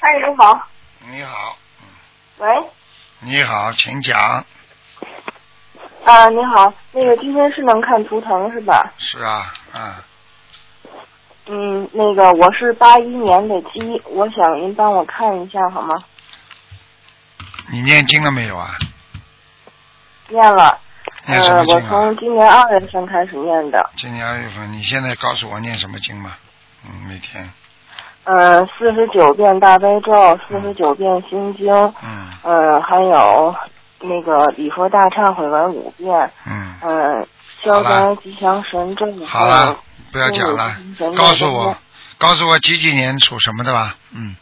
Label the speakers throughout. Speaker 1: 哎，你好，
Speaker 2: 你好，
Speaker 1: 喂，
Speaker 2: 你好，请讲。
Speaker 1: 啊，你好，那个今天是能看图腾是吧？
Speaker 2: 是啊，啊，
Speaker 1: 嗯，那个我是八一年的鸡，我想您帮我看一下好吗？
Speaker 2: 你念经了没有啊？
Speaker 1: 念了，
Speaker 2: 念什么
Speaker 1: 呃，
Speaker 2: 经
Speaker 1: 我
Speaker 2: 啊？
Speaker 1: 从今年二月份开始念的，
Speaker 2: 今年二月份，你现在告诉我念什么经嘛？嗯，每天，
Speaker 1: 呃，四十九遍大悲咒，四十九遍心经，
Speaker 2: 嗯
Speaker 1: 呃，还有那个礼佛大忏悔文五遍，
Speaker 2: 嗯，
Speaker 1: 嗯，消
Speaker 2: 好
Speaker 1: 灾吉祥神咒，
Speaker 2: 好
Speaker 1: 还有
Speaker 2: 了，不要讲了
Speaker 1: 嗯行，
Speaker 2: 告诉我
Speaker 1: 行，
Speaker 2: 告诉我几几年属什么的吧？嗯，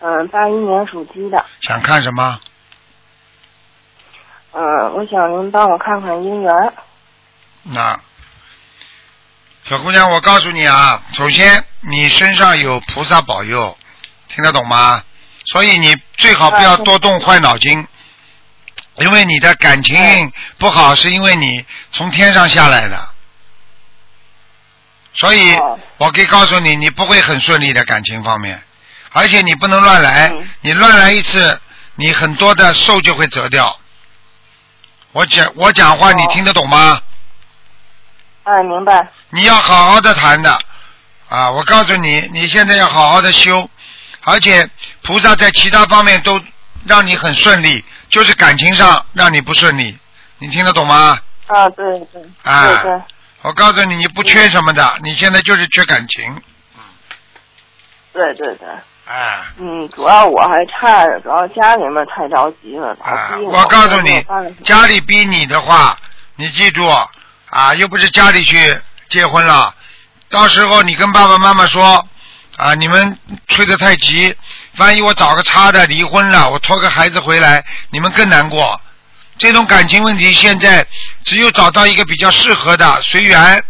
Speaker 1: 嗯，八一年属鸡的，
Speaker 2: 想看什么？
Speaker 1: 嗯，我想您帮我看看姻缘。
Speaker 2: 那啊小姑娘，我告诉你啊，首先你身上有菩萨保佑，听得懂吗？所以你最好不要
Speaker 1: 嗯
Speaker 2: 多动坏脑筋，因为你的感情运不好，是因为你从天上下来的。所以
Speaker 1: 哦，
Speaker 2: 我可以告诉你，你不会很顺利的感情方面，而且你不能乱来
Speaker 1: 嗯，
Speaker 2: 你乱来一次，你很多的寿就会折掉。我讲我讲话，
Speaker 1: 哦
Speaker 2: 你听得懂吗？
Speaker 1: 哎，明白。
Speaker 2: 你要好好的谈的啊！我告诉你，你现在要好好的修，而且菩萨在其他方面都让你很顺利，就是感情上让你不顺利，你听得懂吗？
Speaker 1: 啊，对对，
Speaker 2: 啊
Speaker 1: 对对，
Speaker 2: 我告诉你，你不缺什么的，你现在就是缺感情，
Speaker 1: 对对对，
Speaker 2: 哎、
Speaker 1: 嗯，主要我还差，主要家里面太着急了，老
Speaker 2: 啊！
Speaker 1: 逼
Speaker 2: 我告诉你，
Speaker 1: 家
Speaker 2: 家里逼你的话，你记住啊，又不是家里去结婚了，到时候你跟爸爸妈妈说啊，你们催得太急，万一我找个差的离婚了，我拖个孩子回来，你们更难过。这种感情问题，现在只有找到一个比较适合的，随缘，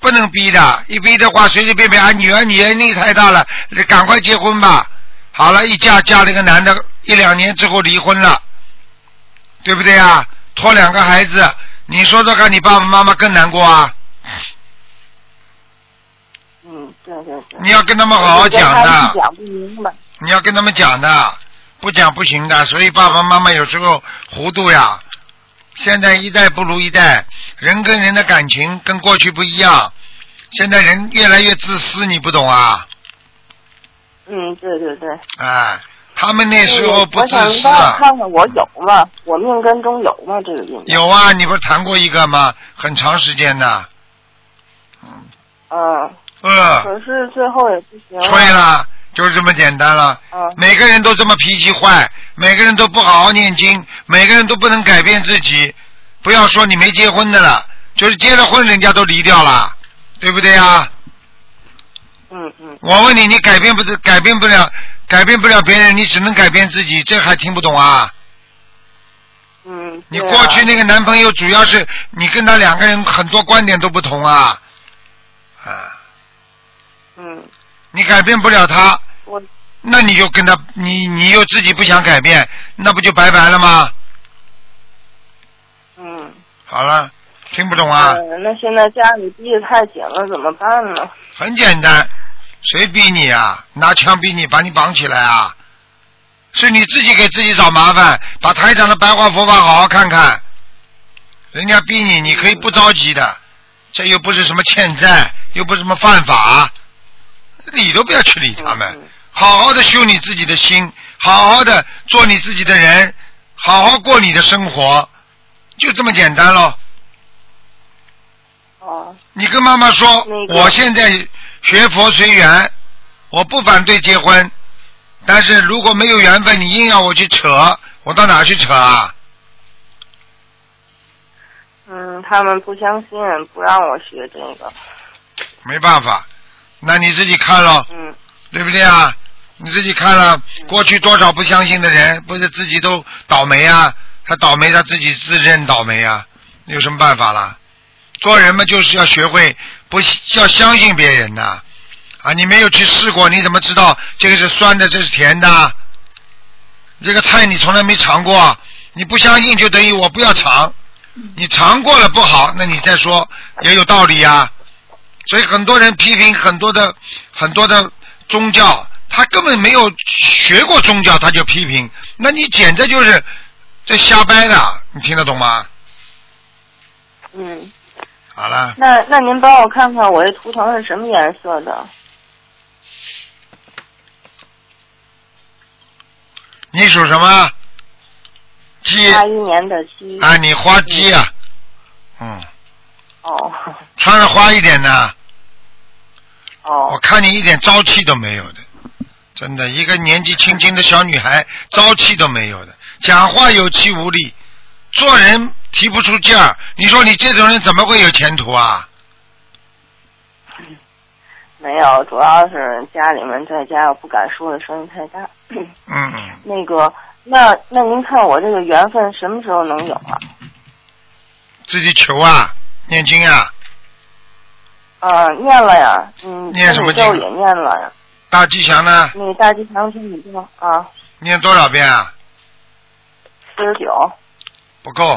Speaker 2: 不能逼的。一逼的话，随随便便啊，女儿你年龄太大了，赶快结婚吧。好了，一嫁嫁了一个男的，一两年之后离婚了，对不对啊？拖两个孩子，你说说看，你爸爸妈妈更难过啊！
Speaker 1: 嗯，对对对，
Speaker 2: 你要跟他们好好讲
Speaker 1: 我跟他一
Speaker 2: 的，
Speaker 1: 讲不明白。
Speaker 2: 你要跟他们讲的，不讲不行的。所以爸爸妈妈有时候糊涂呀。现在一代不如一代，人跟人的感情跟过去不一样。现在人越来越自私，你不懂啊？
Speaker 1: 嗯，对对对。
Speaker 2: 哎，他们那时候不
Speaker 1: 我
Speaker 2: 自
Speaker 1: 想您
Speaker 2: 私
Speaker 1: 帮哎我
Speaker 2: 啊。
Speaker 1: 看看我有吗？我命根中有吗？这个姻缘？
Speaker 2: 有啊，你不是谈过一个吗？很长时间的，
Speaker 1: 嗯，
Speaker 2: 呃，
Speaker 1: 可是最后也不行。啊
Speaker 2: 吹
Speaker 1: 哦
Speaker 2: 了，就是这么简单了。
Speaker 1: 嗯
Speaker 2: 每个人都这么脾气坏，每个人都不好好念经，每个人都不能改变自己。不要说你没结婚的了，就是结了婚，人家都离掉了，对不对啊？
Speaker 1: 嗯嗯，
Speaker 2: 我问你，你改变不是改变不了，改变不了别人，你只能改变自己，这还听不懂啊？
Speaker 1: 嗯，
Speaker 2: 你
Speaker 1: 对啊
Speaker 2: 过去那个男朋友，主要是你跟他两个人很多观点都不同啊，啊。
Speaker 1: 嗯，
Speaker 2: 你改变不了他，
Speaker 1: 我
Speaker 2: 那你就跟他，你你又自己不想改变，那不就拜拜了吗？
Speaker 1: 嗯
Speaker 2: 好了，听不懂啊？
Speaker 1: 呃那现在家里逼得太紧了，怎么办呢？
Speaker 2: 很简单，谁逼你啊？拿枪逼你，把你绑起来啊？是你自己给自己找麻烦，把台长的白话佛法好好看看。人家逼你，你可以不着急的，这又不是什么欠债，又不是什么犯法，理都不要去理他们。
Speaker 1: 嗯
Speaker 2: 好好的修你自己的心，好好的做你自己的人，好好过你的生活，就这么简单咯。
Speaker 1: 哦，
Speaker 2: 你跟妈妈说，
Speaker 1: 那个
Speaker 2: 我现在学佛随缘，我不反对结婚，但是如果没有缘分，你硬要我去扯，我到哪儿去扯啊？
Speaker 1: 嗯，他们不相信，不让我学这个。
Speaker 2: 没办法，那你自己看咯，
Speaker 1: 嗯
Speaker 2: 对不对啊？你自己看了，过去多少不相信的人，不是自己都倒霉啊？他倒霉，他自己自认倒霉啊，有什么办法啦？做人嘛，就是要学会不要相信别人呐、啊。你没有去试过，你怎么知道这个是酸的，这是甜的？这个菜你从来没尝过，你不相信就等于我不要尝。你尝过了不好，那你再说也有道理呀、啊。所以很多人批评很多的很多的宗教，他根本没有学过宗教，他就批评，那你简直就是在瞎掰的，你听得懂吗？
Speaker 1: 嗯。
Speaker 2: 好了。
Speaker 1: 那那您帮我看看我这图腾是什么颜色的？
Speaker 2: 你属什么？鸡。
Speaker 1: 八一年的鸡。
Speaker 2: 啊，你花鸡啊。嗯。
Speaker 1: 哦。
Speaker 2: 穿的花一点呢。
Speaker 1: 哦。
Speaker 2: 我看你一点朝气都没有的，真的，一个年纪轻轻的小女孩，朝气都没有的，讲话有气无力，做人提不出劲儿。你说你这种人怎么会有前途啊？
Speaker 1: 没有，主要是家里面在家，我不敢说的声音太大。
Speaker 2: 嗯嗯。
Speaker 1: 那个，那那您看我这个缘分什么时候能有啊？
Speaker 2: 自己求啊，念经啊。
Speaker 1: 嗯、呃，念了呀，嗯，
Speaker 2: 念什么经？
Speaker 1: 也念了呀。
Speaker 2: 大吉祥呢？
Speaker 1: 那个大吉祥真理咒啊。
Speaker 2: 念多少遍啊？
Speaker 1: 四十九。
Speaker 2: 不够。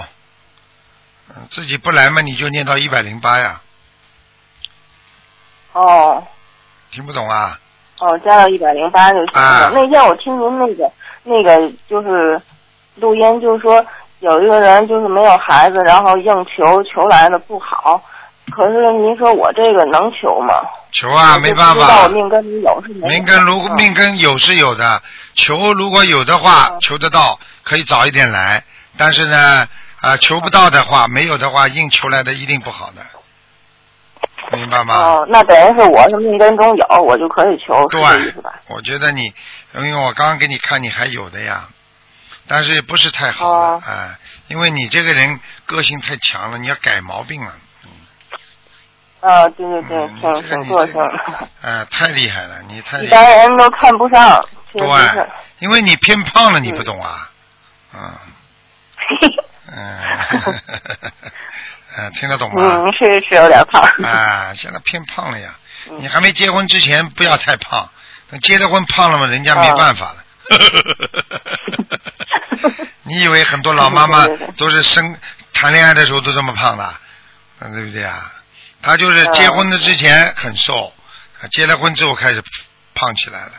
Speaker 2: 嗯，自己不来嘛，你就念到一百零八呀。
Speaker 1: 哦。
Speaker 2: 听不懂啊？
Speaker 1: 哦，加到一百零八就行了。
Speaker 2: 啊、
Speaker 1: 那天我听您那个那个就是录音，就是说有一个人就是没有孩子，然后硬求求来的不好。可是您说我这个能求吗？
Speaker 2: 求啊，没办
Speaker 1: 法。我命根里有是没有。啊
Speaker 2: 命根如命根有是有的，求如果有的话、
Speaker 1: 嗯、
Speaker 2: 求得到，可以早一点来。但是呢，啊、呃，求不到的话，没有的话，硬求来的一定不好的。明白吗？
Speaker 1: 哦，那等于是我是命根中有，我就可以求，
Speaker 2: 对，
Speaker 1: 是这意思吧？
Speaker 2: 我觉得你，因为我刚刚给你看，你还有的呀，但是不是太好了啊、
Speaker 1: 哦
Speaker 2: 呃？因为你这个人个性太强了，你要改毛病了。嗯。
Speaker 1: 啊、哦，对对对，
Speaker 2: 嗯、
Speaker 1: 挺
Speaker 2: 你这个
Speaker 1: 挺
Speaker 2: 你
Speaker 1: 个
Speaker 2: 这
Speaker 1: 性
Speaker 2: 个
Speaker 1: 的，
Speaker 2: 呃，太厉害了，你太
Speaker 1: 一
Speaker 2: 厉害
Speaker 1: 般
Speaker 2: 了。
Speaker 1: 人都看不上，确实
Speaker 2: 对
Speaker 1: 是。，
Speaker 2: 因为你偏胖了，你
Speaker 1: 嗯
Speaker 2: 不懂啊，嗯 嗯，呃，听得懂吗？
Speaker 1: 嗯，是是有点胖。
Speaker 2: 啊，现在偏胖了呀。
Speaker 1: 嗯
Speaker 2: 你还没结婚之前不要太胖，等结了婚胖了嘛，人家
Speaker 1: 哦
Speaker 2: 没办法了。 你以为很多老妈妈
Speaker 1: 对对对
Speaker 2: 都是生谈恋爱的时候都这么胖的，啊对不对啊？她就是
Speaker 1: 嗯
Speaker 2: 结婚的之前很瘦，啊结了婚之后开始胖起来了，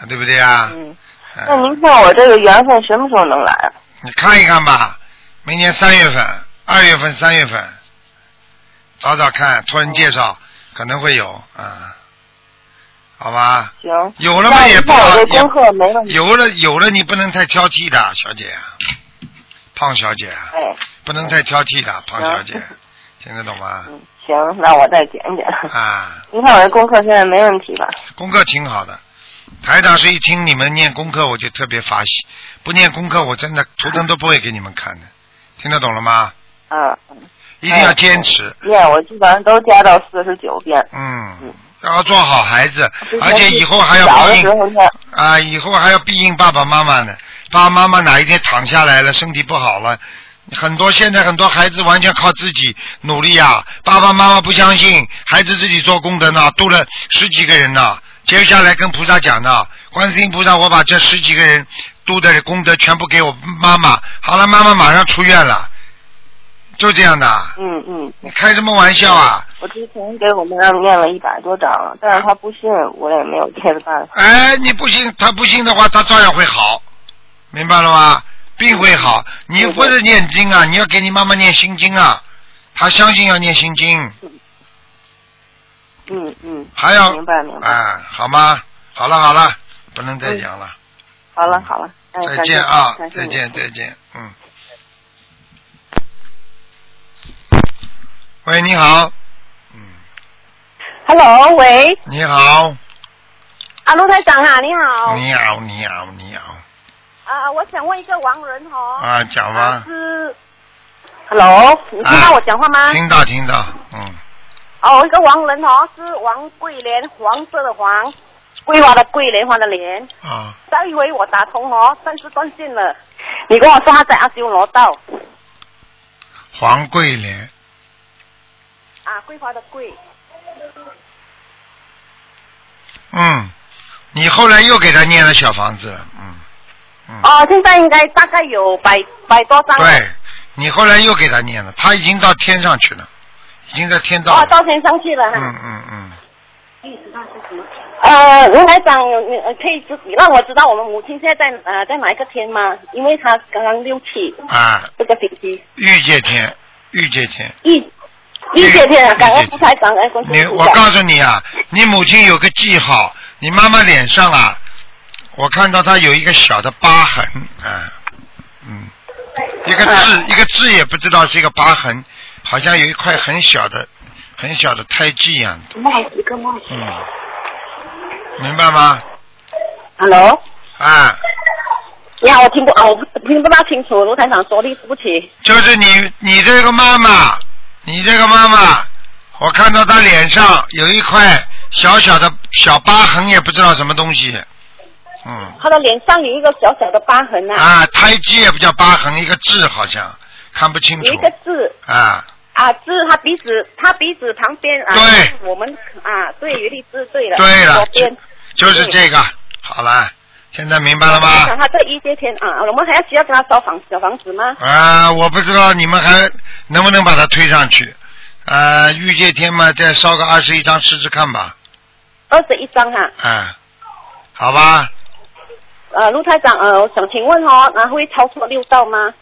Speaker 2: 啊对不对啊？
Speaker 1: 嗯，
Speaker 2: 啊
Speaker 1: 那您看我这个缘分什么时候能来啊？
Speaker 2: 你看一看吧，明年三月份、二月份、三月份，找找看，托人介
Speaker 1: 哦
Speaker 2: 绍、可能会有啊，好吧？
Speaker 1: 行，
Speaker 2: 有了嘛
Speaker 1: 那
Speaker 2: 也
Speaker 1: 您
Speaker 2: 不
Speaker 1: 看
Speaker 2: 好
Speaker 1: 我，这
Speaker 2: 也
Speaker 1: 功课没问题。
Speaker 2: 有了有了你不能太挑剔的，小姐啊，胖小姐啊，
Speaker 1: 哎，
Speaker 2: 不能太挑剔的，胖小姐
Speaker 1: 行，
Speaker 2: 听得懂吗？
Speaker 1: 嗯，行，那我再减减。
Speaker 2: 啊，
Speaker 1: 您看我这功课现在没问题吧？
Speaker 2: 功课挺好的。台长是一听你们念功课，我就特别发喜；不念功课，我真的图腾都不会给你们看的。听得懂了吗？
Speaker 1: 嗯，
Speaker 2: 一定要坚持。
Speaker 1: 念我基本上都加到四十九遍。
Speaker 2: 嗯
Speaker 1: 嗯，
Speaker 2: 要做好孩子
Speaker 1: 之，前
Speaker 2: 而且以后还要
Speaker 1: 小的
Speaker 2: 庇
Speaker 1: 时
Speaker 2: 应
Speaker 1: 候念，
Speaker 2: 啊，以后还要庇应爸爸妈妈呢。爸爸妈妈哪一天躺下来了，身体不好了，很多现在很多孩子完全靠自己努力啊。爸爸妈妈不相信，孩子自己做功德呢，度了十几个人呢。接下来跟菩萨讲呢，观世音菩萨，我把这十几个人度的功德全部给我妈妈。好了，妈妈马上出院了，就这样的。
Speaker 1: 嗯嗯，
Speaker 2: 你开什么玩笑啊？
Speaker 1: 我之前给我妈念了一百多章了，但是她不信，我也没有别的办法。
Speaker 2: 哎，你不信，他不信的话，他照样会好，明白了吗？病会好。你
Speaker 1: 对对
Speaker 2: 不是念经啊，你要给你妈妈念心经啊，她相信要念心经，
Speaker 1: 嗯嗯，
Speaker 2: 还要
Speaker 1: 明白明白。
Speaker 2: 啊，好吗？好了好了，不能再讲了，
Speaker 1: 好了好了，哎，
Speaker 2: 再
Speaker 1: 感谢
Speaker 2: 见啊，
Speaker 1: 感谢
Speaker 2: 再
Speaker 1: 您
Speaker 2: 见再见，嗯。喂，你好，嗯
Speaker 3: Hello，喂，
Speaker 2: 你好，
Speaker 3: 啊，陆台长啊，你好。
Speaker 2: 你好，你好，你好，
Speaker 3: 啊，我想问一个王仁宏。
Speaker 2: 啊，讲
Speaker 3: 啊
Speaker 2: 吧，
Speaker 3: 是。Hello，你听到我讲话吗？
Speaker 2: 听到听到，嗯，
Speaker 3: 哦，一个王仁宏是王桂莲，黄色的黄，桂花的桂，莲花的莲。
Speaker 2: 啊，
Speaker 3: 上一回我打通哦，但是断线了。你跟我说他在阿修罗道。
Speaker 2: 黄桂莲，
Speaker 3: 啊，桂花的桂，
Speaker 2: 嗯，你后来又给他念了小房子了，嗯嗯，
Speaker 3: 哦，现在应该大概有百百多张。。
Speaker 2: 对，你后来又给他念了，他已经到天上去了，已经在天道
Speaker 3: 哦，
Speaker 2: 了，
Speaker 3: 到天上去了哈。
Speaker 2: 嗯嗯嗯，
Speaker 3: 呃，卢台长，你呃可以知你让我知道我们母亲现在在呃在哪一个天吗？因为她刚刚六七
Speaker 2: 啊，
Speaker 3: 这个星期，
Speaker 2: 欲界天，欲界天，
Speaker 3: 一一姐天啊，感恩卢台长，感恩观世
Speaker 2: 你
Speaker 3: 音菩
Speaker 2: 我
Speaker 3: 萨
Speaker 2: 告诉你啊，你母亲有个记号，你妈妈脸上啊，我看到她有一个小的疤痕啊，嗯，一个痣
Speaker 3: 嗯
Speaker 2: 一个痣也不知道是一个疤痕，好像有一块很小的很小的胎记一样的，
Speaker 4: 哎
Speaker 2: 嗯，明白吗？
Speaker 3: Hello，
Speaker 2: 啊，
Speaker 3: 你好，我听不啊，我不听不大清楚，卢台长说的，对不起。
Speaker 2: 就是你你这个妈妈，你这个妈妈，我看到她脸上有一块小小的小疤痕，也不知道什么东西，嗯。
Speaker 3: 她的脸上有一个小小的疤痕啊，
Speaker 2: 啊，胎记也不叫疤痕，一个痣好像看不清楚
Speaker 3: 有一个痣
Speaker 2: 啊。
Speaker 3: 啊，痣她鼻子，她鼻子旁边啊，
Speaker 2: 对
Speaker 3: 我们啊，对，有一粒痣，对了，
Speaker 2: 对了
Speaker 3: 左边。
Speaker 2: 就是这个。好了，现在明白了
Speaker 3: 卢台长
Speaker 2: 吗？
Speaker 3: 她这一姐天啊，我们还要需要给她烧房小房子吗？
Speaker 2: 啊，我不知道你们还能不能把它推上去。呃，玉界天嘛，再烧个二十一张试试看吧。
Speaker 3: 二十一张哈、
Speaker 2: 啊，好吧，
Speaker 3: 呃，陆台长，呃，我想请问哦，那会操作六道吗？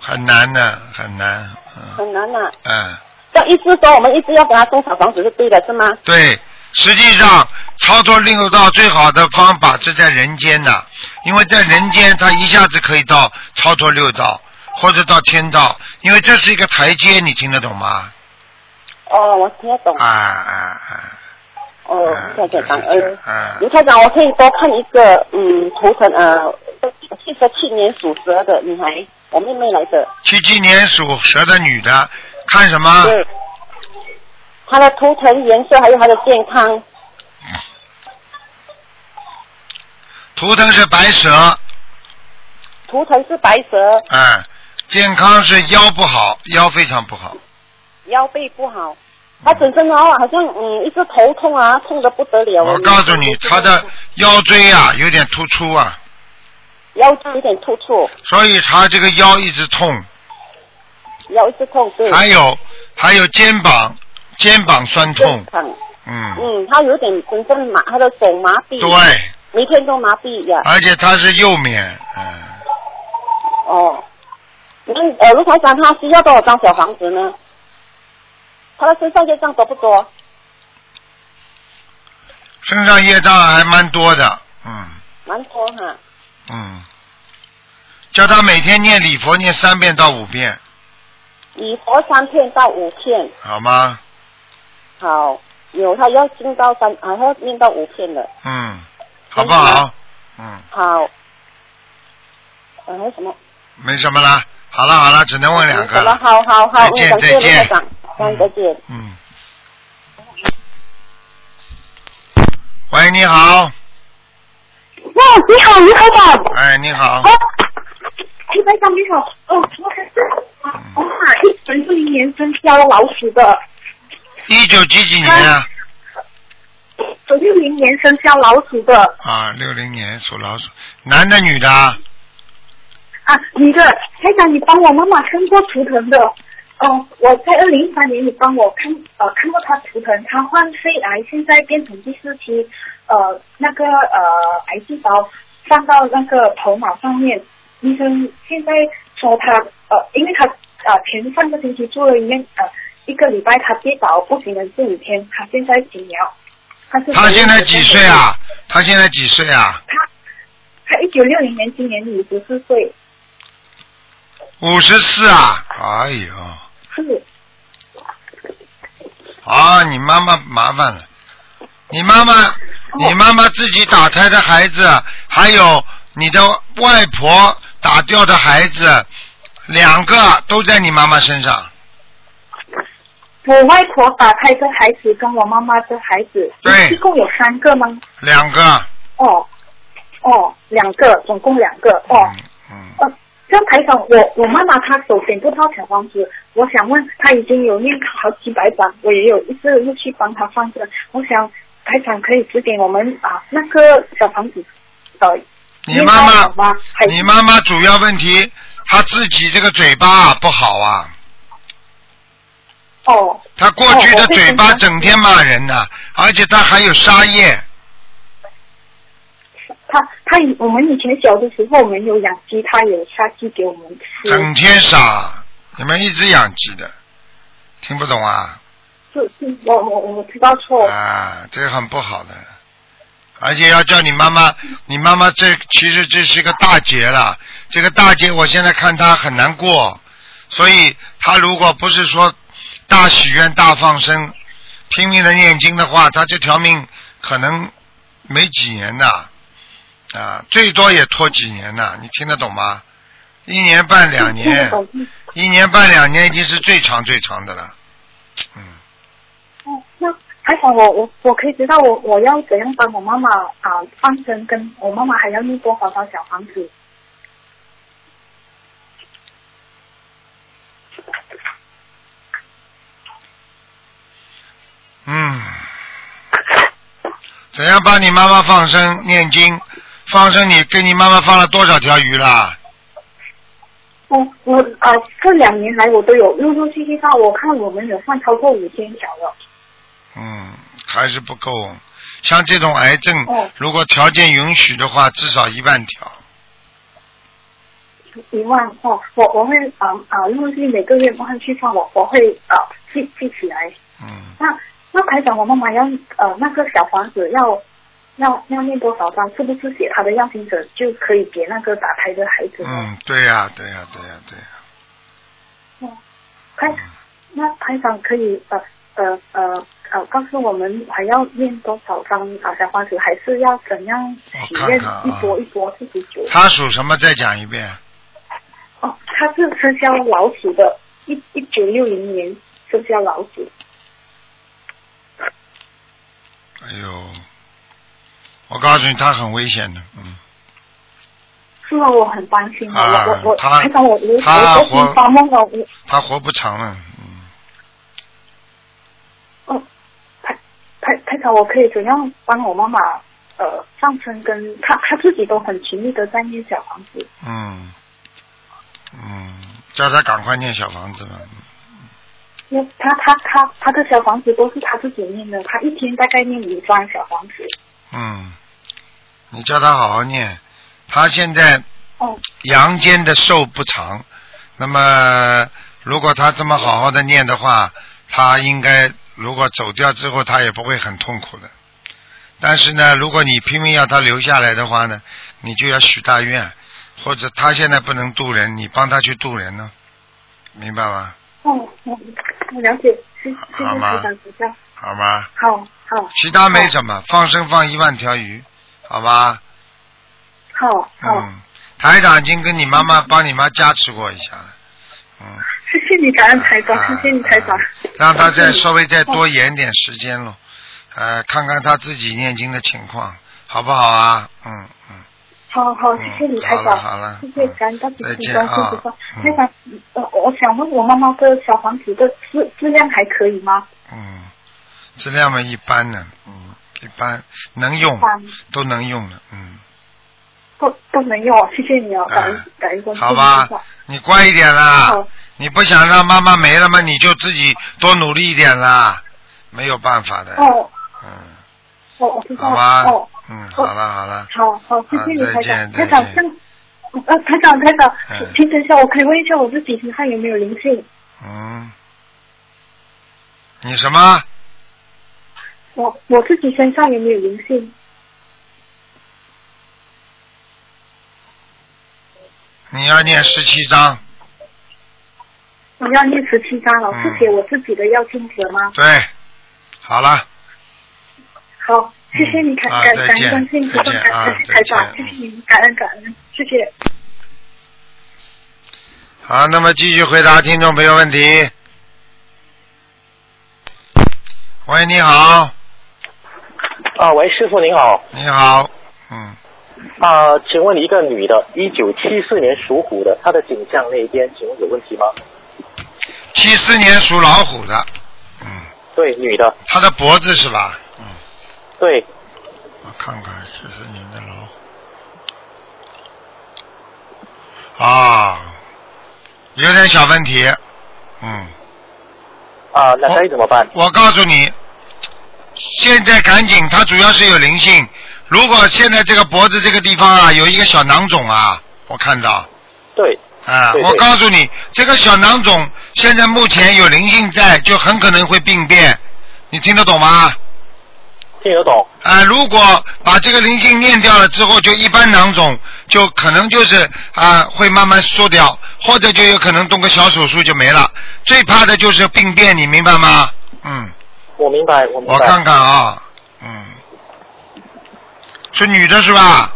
Speaker 2: 很难的，很难。嗯
Speaker 3: 很难啊。
Speaker 2: 嗯，
Speaker 3: 这样意思说我们一直要给他送小房子是对的，是吗？
Speaker 2: 对，实际上操作六道最好的方法是在人间的，因为在人间他一下子可以到超脱六道，或者到天道，因为这是一个台阶，你听得懂吗？
Speaker 3: 哦，我听得懂。
Speaker 2: 啊啊啊！
Speaker 3: 哦，谢谢感恩。
Speaker 2: 啊
Speaker 3: 卢台长，我可以多看一个，嗯，图腾，呃，七十七年属蛇的女孩，我妹妹来的，
Speaker 2: 七七年属蛇的女的，看什么？
Speaker 3: 对。她的图腾颜色还有她的健康，
Speaker 2: 图腾是白蛇，
Speaker 3: 图腾是白蛇，
Speaker 2: 啊，健康是腰不好，腰非常不好，
Speaker 3: 腰背不好。她整身哦，好像嗯，一直头痛啊，痛得不得了。
Speaker 2: 我告诉你，她的腰椎啊有点突出啊，
Speaker 3: 腰椎有点突出。
Speaker 2: 所以她这个腰一直痛。
Speaker 3: 腰一直痛，
Speaker 4: 嗯
Speaker 3: 对，
Speaker 2: 还有还有肩膀肩膀酸痛
Speaker 3: 正，常。
Speaker 2: 嗯，
Speaker 3: 嗯，他有点浑身麻，他的手麻痹，
Speaker 2: 对，哎
Speaker 3: 每天都麻痹呀。
Speaker 2: 而且他是右面，嗯，
Speaker 3: 哦，那呃，卢台长他需要多少张小房子呢？他的身上业障多不多？
Speaker 2: 身上业障还蛮多的，嗯
Speaker 3: 蛮多哈。
Speaker 2: 嗯，叫他每天念礼佛念三遍到五遍，
Speaker 3: 以佛三片到五片，
Speaker 2: 好吗？
Speaker 3: 好，有他要进到三啊，他要念到五片了，
Speaker 2: 嗯，好不好？嗯，
Speaker 3: 好。呃，还有什么？
Speaker 2: 没什么啦，好了好了，只能问两个
Speaker 3: 什
Speaker 4: 嗯
Speaker 3: 么？
Speaker 2: 了，
Speaker 3: 好好
Speaker 2: 再
Speaker 3: 好，
Speaker 2: 见
Speaker 3: 嗯感谢
Speaker 2: 再
Speaker 3: 卢台
Speaker 2: 见
Speaker 3: 长，感恩再见。
Speaker 2: 嗯。喂，你好，
Speaker 4: 哇，你好，你好吧？
Speaker 2: 哎，你好，
Speaker 4: 哦，哎，班长你好，哦，我是我买一本六零年生肖老鼠的，
Speaker 2: 一九几几年啊？
Speaker 4: 本六零年生肖老鼠的
Speaker 2: 啊，六零年属老鼠，男的女的啊？
Speaker 4: 啊，你的班长，你帮我妈妈看过图腾的，哦，我在二零一八年你帮我看呃看过她图腾，她患肺癌，现在变成第四期，呃，那个呃癌细胞放到那个头脑上面，医生现在说他呃，因为他呃前上个星期住了医院呃一个礼拜，他跌倒不省人事五天，他现在几秒？他是
Speaker 2: 他现在几岁？啊？他现在几岁啊？
Speaker 4: 他他一九六零年，今年五十四岁，
Speaker 2: 五十四啊！哎呦，
Speaker 4: 是
Speaker 2: 啊，你妈妈麻烦了，你妈妈，你妈妈自己打胎的孩子，还有你的外婆打掉的孩子，两个都在你妈妈身上。
Speaker 4: 我外婆打胎的孩子跟我妈妈的孩子，
Speaker 2: 对
Speaker 4: 一共有三个吗？
Speaker 2: 两个，
Speaker 4: 哦，哦，两个，总共两个，哦，
Speaker 2: 嗯嗯，
Speaker 4: 呃，像台长，我我妈妈她手选不到小房子，我想问她已经有念好几百版，我也有一直陆续帮她放着。我想台长可以指点我们啊，那个小房子，呃，
Speaker 2: 你妈
Speaker 4: 念得好
Speaker 2: 妈
Speaker 4: 吗还，是
Speaker 2: 你妈妈主要问题，她自己这个嘴巴不好啊，
Speaker 4: 哦
Speaker 2: 她过去的
Speaker 4: 哦我会
Speaker 2: 嘴巴
Speaker 4: 跟她
Speaker 2: 整天骂人的，而且她还有沙业，
Speaker 4: 他他以我们以前小的时候，我们有养鸡，他有杀鸡给我们吃，
Speaker 2: 整天傻，你们一直养鸡的，听不懂啊？
Speaker 4: 就是我我我知道错，
Speaker 2: 啊，这个很不好的，而且要叫你妈妈，你妈妈这其实这是个大劫了，这个大劫我现在看她很难过，所以她如果不是说大许愿大放生，拼命的念经的话，她这条命可能没几年的，啊，最多也拖几年呢，你听得懂吗？一年半两
Speaker 4: 嗯听得
Speaker 2: 年，
Speaker 4: 懂
Speaker 2: 一年半两年已经是最长最长的了，嗯。
Speaker 4: 哦，那还好我我我可以知道我我要怎样帮我妈妈啊放生，跟我妈妈还要念多少张小房子？
Speaker 2: 嗯，怎样帮你妈妈放生念经？放生你给你妈妈放了多少条鱼啦？
Speaker 4: 我我啊这两年来我都有陆陆续续到，我看我们有放超过五千条了。
Speaker 2: 嗯，还是不够。像这种癌症
Speaker 4: 哦，
Speaker 2: 如果条件允许的话，至少一万条。
Speaker 4: 一万哦，我我会啊啊，陆陆续续每个月我会去放，我我会啊记记起来。
Speaker 2: 嗯，
Speaker 4: 那那台长，我妈妈要呃那个小房子要要要念多少张？是不是写她的要请者就可以给那个打胎的孩子呢？
Speaker 2: 嗯，对呀、对呀、对呀、对呀、
Speaker 4: 哦，台那台长可以呃呃呃呃告诉我们还要念多少张啊小房子，还是要怎样许
Speaker 2: 我看
Speaker 4: 愿
Speaker 2: 看啊
Speaker 4: 一波一波四十九？
Speaker 2: 他属什么？再讲一遍。
Speaker 4: 哦，他是生肖老鼠的，一一九六零年生肖老鼠。
Speaker 2: 哎呦，我告诉你，他很危险的。嗯，
Speaker 4: 是啊，我很担心的，
Speaker 2: 啊
Speaker 4: 我我我，
Speaker 2: 他
Speaker 4: 台长我我
Speaker 2: 他
Speaker 4: 我
Speaker 2: 活
Speaker 4: 我发梦了，我
Speaker 2: 他活不长了。嗯，
Speaker 4: 哦，台台台长，我可以怎样帮我妈妈呃上升跟她她自己都很勤力的在念小房子，
Speaker 2: 嗯，嗯，叫他赶快念小房子吧。嗯
Speaker 4: 因为她她她她的小房子都是她自己念的，她一天大概念五张小房子。
Speaker 2: 嗯，你叫他好好念，他现在
Speaker 4: 哦
Speaker 2: 阳间的寿不长，那么如果他这么好好的念的话，他应该如果走掉之后，他也不会很痛苦的。但是呢，如果你拼命要他留下来的话呢，你就要许大愿，或者他现在不能渡人，你帮他去渡人呢，明白吗？
Speaker 4: 哦，我我了解，谢谢
Speaker 2: 好
Speaker 4: 谢
Speaker 2: 吗
Speaker 4: 台长指教，
Speaker 2: 好吗？
Speaker 4: 好好
Speaker 2: 其他没什么，放生放一万条鱼，好吧？
Speaker 4: 好好，
Speaker 2: 嗯，台长已经跟你妈妈帮你妈加持过一下了，嗯，
Speaker 4: 谢谢你感恩台长，谢谢你台长
Speaker 2: 啊，让她再稍微再多延点时间咯，呃，看看她自己念经的情况，好不好啊？嗯嗯，
Speaker 4: 好好，谢谢你台
Speaker 2: 嗯好了
Speaker 4: 长，
Speaker 2: 好了
Speaker 4: 谢谢感恩大慈
Speaker 2: 再
Speaker 4: 悲
Speaker 2: 见
Speaker 4: 观
Speaker 2: 啊
Speaker 4: 世菩萨。
Speaker 2: 嗯
Speaker 4: 台长，呃，我想问我妈妈的小房子的质质量还可以吗？
Speaker 2: 嗯，质量嘛一般呢，嗯，一般能用
Speaker 4: 般
Speaker 2: 都能用了，嗯，
Speaker 4: 都都没有，谢谢你哦，感恩、
Speaker 2: 啊
Speaker 4: 感恩观世
Speaker 2: 好
Speaker 4: 菩
Speaker 2: 吧
Speaker 4: 萨。，
Speaker 2: 你乖一点啦
Speaker 4: 好，
Speaker 2: 你不想让妈妈没了吗？你就自己多努力一点啦，没有办法的，
Speaker 4: 哦，
Speaker 2: 嗯。
Speaker 4: 我我知道
Speaker 2: 好
Speaker 4: 了。
Speaker 2: 吧，
Speaker 4: 哦，
Speaker 2: 嗯，好了好了，
Speaker 4: 好好，谢谢你
Speaker 2: 啊再
Speaker 4: 台
Speaker 2: 见
Speaker 4: 长，台长
Speaker 2: 再见
Speaker 4: 像。呃，台长，台长
Speaker 2: 嗯，
Speaker 4: 请等一下，我可以问一下我自己身上有没有灵性？
Speaker 2: 嗯，你什么？
Speaker 4: 我我自己身上有没有灵性？
Speaker 2: 你要念十七章，
Speaker 4: 我要念十七章，老师
Speaker 2: 嗯
Speaker 4: 写我自己的要经者吗？
Speaker 2: 对，好了，
Speaker 4: 好，谢谢你，
Speaker 2: 啊
Speaker 4: 感感
Speaker 2: 再
Speaker 4: 感
Speaker 2: 见
Speaker 4: 恩观世音菩萨，
Speaker 2: 再见啊
Speaker 4: 感恩台长
Speaker 2: 再，
Speaker 4: 谢
Speaker 2: 见
Speaker 4: 谢你，感恩感恩，谢谢。
Speaker 2: 好，那么继续回答听众朋友问题。喂，你好，
Speaker 5: 啊，喂，师傅您好，
Speaker 2: 你好，嗯，
Speaker 5: 啊、请问一个女的，一九七四年属虎的，她的颈项那边，请问有问题吗？
Speaker 2: 七四年属老虎的，嗯，
Speaker 5: 对，女的，
Speaker 2: 他的脖子是吧？嗯，
Speaker 5: 对，
Speaker 2: 我看看，七四年的老虎。啊，有点小问题，嗯，
Speaker 5: 啊、那该怎么办？
Speaker 2: 我告诉你，现在赶紧，它主要是有灵性。如果现在这个脖子这个地方啊，有一个小囊肿啊，我看到，
Speaker 5: 对，
Speaker 2: 啊，
Speaker 5: 对对
Speaker 2: 我告诉你，这个小囊肿现在目前有灵性在，就很可能会病变，你听得懂吗？
Speaker 5: 听得懂，
Speaker 2: 啊，如果把这个灵性念掉了之后，就一般囊肿就可能就是啊会慢慢缩掉，或者就有可能动个小手术就没了。最怕的就是病变，你明白吗？嗯，
Speaker 5: 我明白，我明白。
Speaker 2: 我看看啊，嗯，是女的是吧？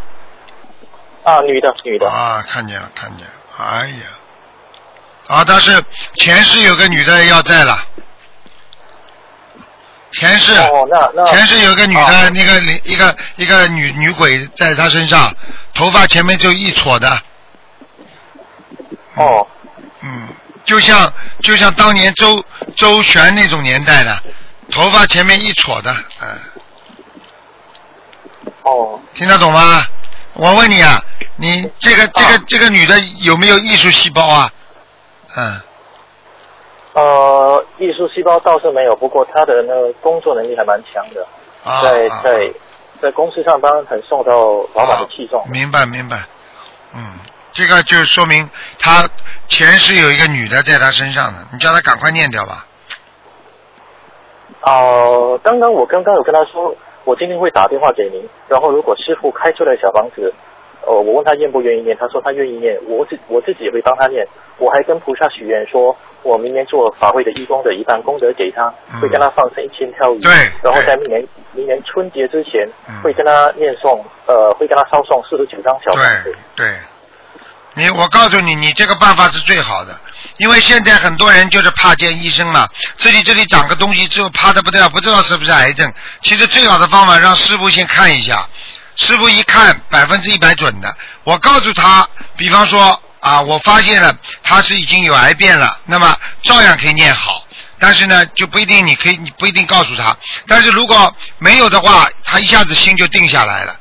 Speaker 5: 啊，女的，女的，
Speaker 2: 啊，看见了，看见了，哎呀，啊，但是前世有个女的要在了，前世。
Speaker 5: 哦，那那
Speaker 2: 前世有个女的，
Speaker 5: 啊
Speaker 2: 那个灵一个一个女女鬼在她身上，头发前面就一撮的，
Speaker 5: 哦，
Speaker 2: 嗯，就像就像当年周周旋那种年代的，头发前面一撮的，嗯，
Speaker 5: 哦，
Speaker 2: 听得懂吗？我问你啊，你这个这个、
Speaker 5: 啊
Speaker 2: 这个女的有没有艺术细胞啊？嗯，
Speaker 5: 呃，艺术细胞倒是没有，不过她的那个工作能力还蛮强的，
Speaker 2: 啊，
Speaker 5: 在
Speaker 2: 啊
Speaker 5: 在在公司上班很受到老板的器重
Speaker 2: 啊。明白明白，嗯，这个就说明她前世有一个女的在她身上的，你叫她赶快念掉吧。
Speaker 5: 哦、刚刚我刚刚有跟他说，我今天会打电话给您，然后如果师傅开出来小房子，呃，我问他愿不愿意念，他说他愿意念，我自我自己也会帮他念，我还跟菩萨许愿说，我明年做法会的义工的一半功德给他
Speaker 2: 嗯，
Speaker 5: 会跟他放生一千条鱼，
Speaker 2: 对
Speaker 5: 然后
Speaker 2: 对
Speaker 5: 在明年明年春节之前
Speaker 2: 嗯
Speaker 5: 会跟他念诵，呃，会跟他烧送四十九张小房
Speaker 2: 对
Speaker 5: 子，
Speaker 2: 对，你我告诉你，你这个办法是最好的，因为现在很多人就是怕见医生嘛，自己这里长个东西之后怕的不得了，不知道是不是癌症。其实最好的方法让师傅先看一下，师傅一看百分之一百准的，我告诉他，比方说啊，我发现了他是已经有癌变了，那么照样可以念好。但是呢，就不一定，你可以，你不一定告诉他。但是如果没有的话，他一下子心就定下来了。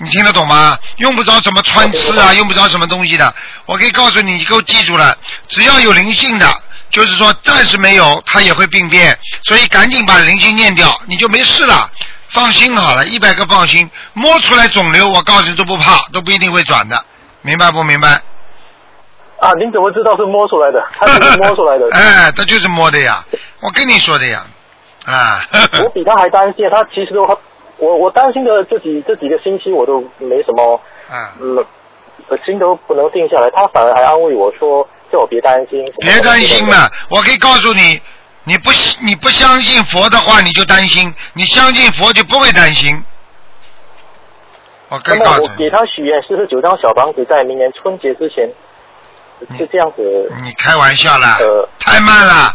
Speaker 2: 你听得懂吗？用不着什么穿刺啊，用不着什么东西的。我可以告诉你，你给我记住了，只要有灵性的，就是说暂时没有，它也会病变，所以赶紧把灵性念掉，你就没事了，放心好了，一百个放心。摸出来肿瘤，我告诉你都不怕，都不一定会转的，明白不明白？
Speaker 5: 啊，您怎么知道是摸出来的？他是摸出来的。
Speaker 2: 哎，他就是摸的呀，我跟你说的呀，啊，
Speaker 5: 我比他还担心，他其实他我我担心的这几这几个星期我都没什么，
Speaker 2: 啊，
Speaker 5: 嗯，心都不能定下来。他反而还安慰我说，叫我别担心。
Speaker 2: 别担心。了，我可以告诉你，你不你不相信佛的话，你就担心；你相信佛就不会担心。我可
Speaker 5: 那
Speaker 2: 以
Speaker 5: 么
Speaker 2: 告
Speaker 5: 我
Speaker 2: 诉
Speaker 5: 给
Speaker 2: 你，
Speaker 5: 他许愿四十九张小房子，在明年春节之前
Speaker 2: 你
Speaker 5: 是这样子，
Speaker 2: 你开玩笑啦，
Speaker 5: 呃
Speaker 2: 太慢了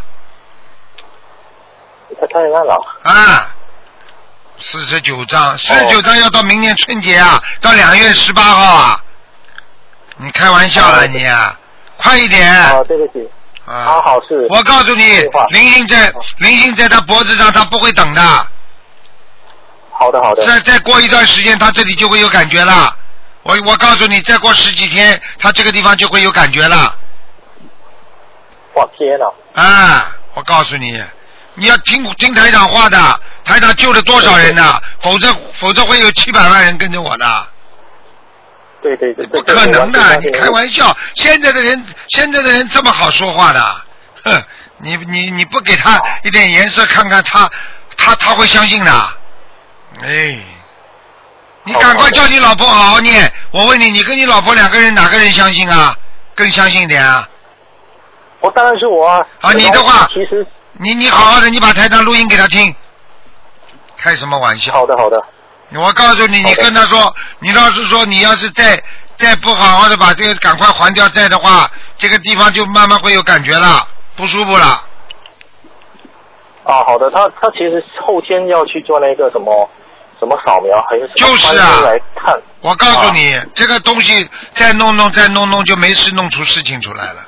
Speaker 5: 他太慢了。
Speaker 2: 啊！四十九
Speaker 5: 哦
Speaker 2: 章，四十九章要到明年春节啊，到两月十八号啊！你开玩笑了
Speaker 5: 哦
Speaker 2: 你啊，快一点
Speaker 5: 啊，对不起，
Speaker 2: 啊
Speaker 5: 他！好是
Speaker 2: 我告诉你
Speaker 5: 废话，
Speaker 2: 灵性在
Speaker 5: 哦
Speaker 2: 灵性在他脖子上，他不会等的。
Speaker 5: 好的好的，
Speaker 2: 再再过一段时间，他这里就会有感觉了。我我告诉你，再过十几天，他这个地方就会有感觉了。
Speaker 5: 哇天呐，
Speaker 2: 啊，我告诉你，你要听听台长话的，台长救了多少人呢？否则否则会有七百万人跟着我的，
Speaker 5: 对对对，
Speaker 2: 不
Speaker 5: 对对
Speaker 2: 可能
Speaker 5: 我
Speaker 2: 的。
Speaker 5: 完
Speaker 2: 你
Speaker 5: 全
Speaker 2: 开玩笑，现在的人现在的人这么好说话的，哼，你你你不给他一点颜色看看他，他他会相信的。哎，你赶快叫你老婆好好念。我问你，你跟你老婆两个人哪个人相信啊？更相信一点啊！
Speaker 5: 我当然是我啊。
Speaker 2: 啊你的话
Speaker 5: 其实
Speaker 2: 你你好好的，你把台长录音给他听。开什么玩笑
Speaker 5: 好？的好的，
Speaker 2: 我告诉你，
Speaker 5: 好
Speaker 2: 你
Speaker 5: 的
Speaker 2: 跟他说，你要是说你要是再再不好好的把这个赶快还掉债的话，这个地方就慢慢会有感觉了，不舒服了。
Speaker 5: 啊，好的，他他其实后天要去做那个什么什怎么扫描，还是什么
Speaker 2: 就是啊
Speaker 5: 翻出来看？
Speaker 2: 我告诉你，这个东西再弄弄再弄弄，就没事弄出事情出来了。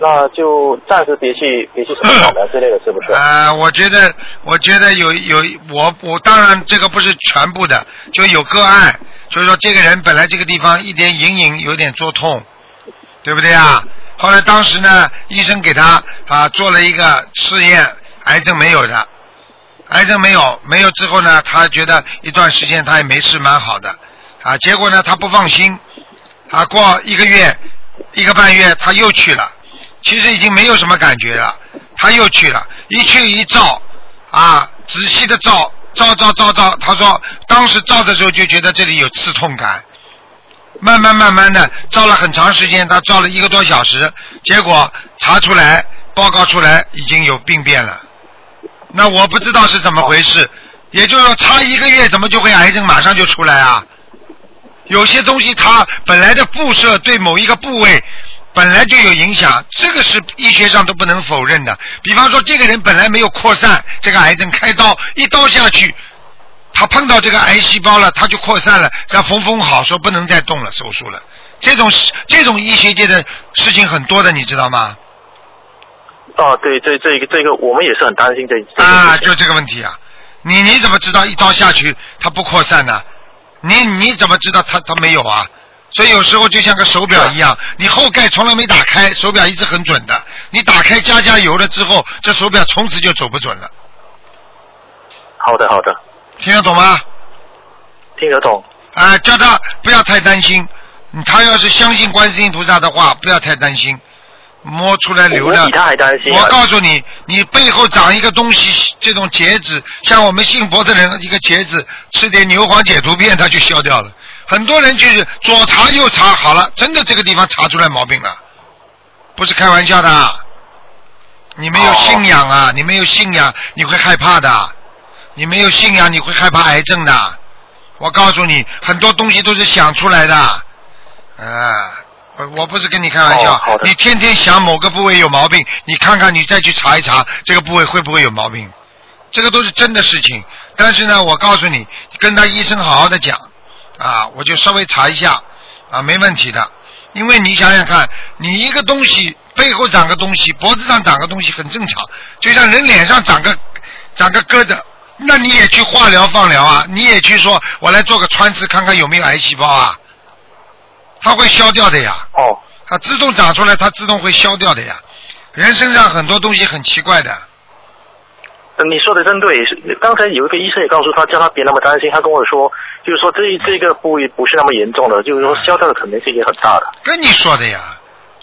Speaker 5: 那就暂时别去别去什么扫描之类的，是不是？
Speaker 2: 啊，我觉得，我觉得有有我我当然这个不是全部的，就有个案，就是说这个人本来这个地方一点隐隐有点作痛，对不对啊？后来当时呢，医生给他啊做了一个试验，癌症没有的，癌症没有，没有之后呢，他觉得一段时间他也没事，蛮好的，啊，结果呢他不放心，啊，过一个月一个半月他又去了，其实已经没有什么感觉了，他又去了，一去一照，啊，仔细的照，照照照照，他说当时照的时候就觉得这里有刺痛感，慢慢慢慢的照了很长时间，他照了一个多小时，结果查出来报告出来已经有病变了。那我不知道是怎么回事，也就是说差一个月怎么就会癌症马上就出来啊？有些东西它本来的辐射对某一个部位本来就有影响，这个是医学上都不能否认的。比方说这个人本来没有扩散，这个癌症开刀一刀下去，他碰到这个癌细胞了，他就扩散了，让缝缝好，说不能再动了，手术了。这种这种医学界的事情很多的，你知道吗？
Speaker 5: 啊，对，这这个这个，我们也是很担心这这个
Speaker 2: 啊，
Speaker 5: 事情
Speaker 2: 就这个问题啊，你你怎么知道一刀下去它不扩散呢、你你怎么知道它它没有啊？所以有时候就像个手表一样，你后盖从来没打开，手表一直很准的。你打开加加油了之后，这手表从此就走不准了。
Speaker 5: 好的好的，
Speaker 2: 听得懂吗？
Speaker 5: 听得懂。
Speaker 2: 啊，叫他不要太担心。嗯他要是相信观世音菩萨的话，不要太担心。摸出来流
Speaker 5: 我
Speaker 2: 量
Speaker 5: 比，他还担心、啊。
Speaker 2: 我告诉你，你背后长一个东西，这种结子，像我们信佛的人，一个结子吃点牛黄解毒片，它就消掉了。很多人就是左查右查，好了，真的这个地方查出来毛病了，不是开玩笑的啊。你没有信仰
Speaker 5: 哦
Speaker 2: 啊，你没有信仰，你会害怕的。你没有信仰，你会害怕癌症的。我告诉你，很多东西都是想出来的。啊，我我不是跟你开玩笑，
Speaker 5: 哦好的
Speaker 2: 你天天想某个部位有毛病，你看看你再去查一查这个部位会不会有毛病，这个都是真的事情。但是呢，我告诉你，跟他医生好好的讲，啊，我就稍微查一下，啊，没问题的。因为你想想看，你一个东西背后长个东西，脖子上长个东西很正常，就像人脸上长个长个疙瘩，那你也去化疗放疗啊，你也去说我来做个穿刺看看有没有癌细胞啊，它会消掉的呀。
Speaker 5: 哦，
Speaker 2: 它自动长出来，它自动会消掉的呀。人身上很多东西很奇怪的，
Speaker 5: 呃你说的真对。是刚才有一个医生也告诉他，叫他别那么担心。他跟我说，就是说这一这个部位不是那么严重的，就是说消掉的可能性也很大的。
Speaker 2: 跟你说的呀，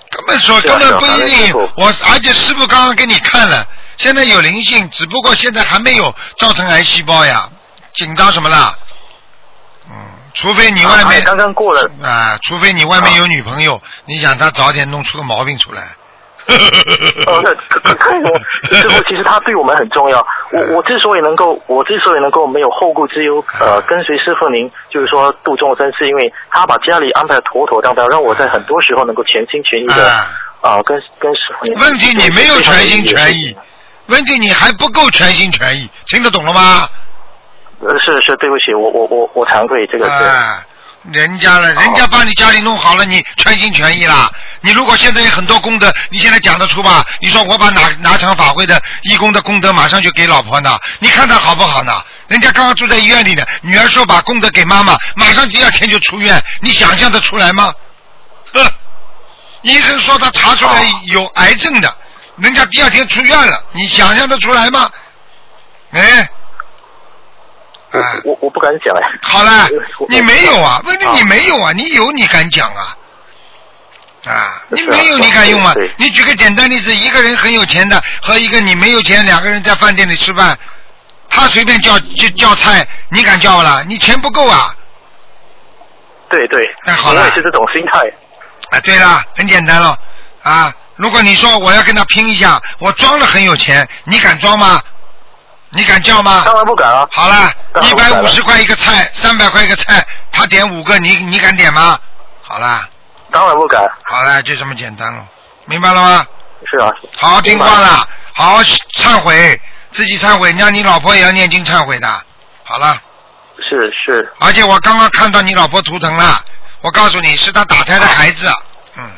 Speaker 2: 根本说
Speaker 5: 是啊
Speaker 2: 根本不
Speaker 5: 是啊
Speaker 2: 一
Speaker 5: 师
Speaker 2: 定
Speaker 5: 傅。
Speaker 2: 我而且师傅刚刚给你看了，现在有灵性，只不过现在还没有造成癌细胞呀，紧张什么啦？嗯，除非你外面
Speaker 5: 啊刚刚过了，啊
Speaker 2: 啊除非你外面有女朋友，你想他早点弄出个毛病出来。
Speaker 5: 哦，那可可可以 我师傅，其实他对我们很重要。我我之所以能够，我之所以能够没有后顾之忧，呃，跟随师傅您，就是说度众生，是因为他把家里安排得妥妥当当，让我在很多时候能够全心全意的
Speaker 2: 啊，
Speaker 5: 啊、跟跟师傅您。
Speaker 2: 问题你没有全心全意，问题你还不够全心全意，听得懂了吗？
Speaker 5: 呃，是是，对不起，我我我我惭愧，这个是。
Speaker 2: 哎，人家了，
Speaker 5: 好
Speaker 2: 人家把你家里弄好了，你全心全意啦。你如果现在有很多功德，你现在讲得出吧？你说我把哪哪场法会的义工的功德马上就给老婆呢？你看他好不好呢？人家刚刚住在医院里呢，女儿说把功德给妈妈，马上第二天就出院，你想象得出来吗？哼，医生说他查出来
Speaker 5: 哦
Speaker 2: 有癌症的，人家第二天出院了，你想象得出来吗？哎，哎。
Speaker 5: 我我我不敢讲哎。
Speaker 2: 好了
Speaker 5: 我，
Speaker 2: 你没有啊？问题你
Speaker 5: 啊
Speaker 2: 没有啊？你有你敢讲啊？啊， 你
Speaker 5: 是啊
Speaker 2: 没有你敢用啊
Speaker 5: 对对？
Speaker 2: 你举个简单例子，一个人很有钱的和一个你没有钱，两个人在饭店里吃饭，他随便叫就叫菜，你敢叫不啦？你钱不够啊？
Speaker 5: 对对。
Speaker 2: 哎好了
Speaker 5: 我也是这种心态。
Speaker 2: 啊，对啦，很简单了啊。如果你说我要跟他拼一下，我装了很有钱，你敢装吗？你敢叫吗？
Speaker 5: 当然不敢啊。
Speaker 2: 好了，
Speaker 5: 当
Speaker 2: 一
Speaker 5: 然不
Speaker 2: 百
Speaker 5: 敢
Speaker 2: 五
Speaker 5: 了
Speaker 2: 十块一个菜，三百块一个菜，他点五个，你你敢点吗？好啦，
Speaker 5: 当然不敢。
Speaker 2: 好啦，就这么简单了，明白了吗？
Speaker 5: 是啊。
Speaker 2: 好好听话啦，好好忏悔，自己忏悔，让你老婆也要念经忏悔的。好了，
Speaker 5: 是是，
Speaker 2: 而且我刚刚看到你老婆图腾了，我告诉你是她打胎的孩子，嗯，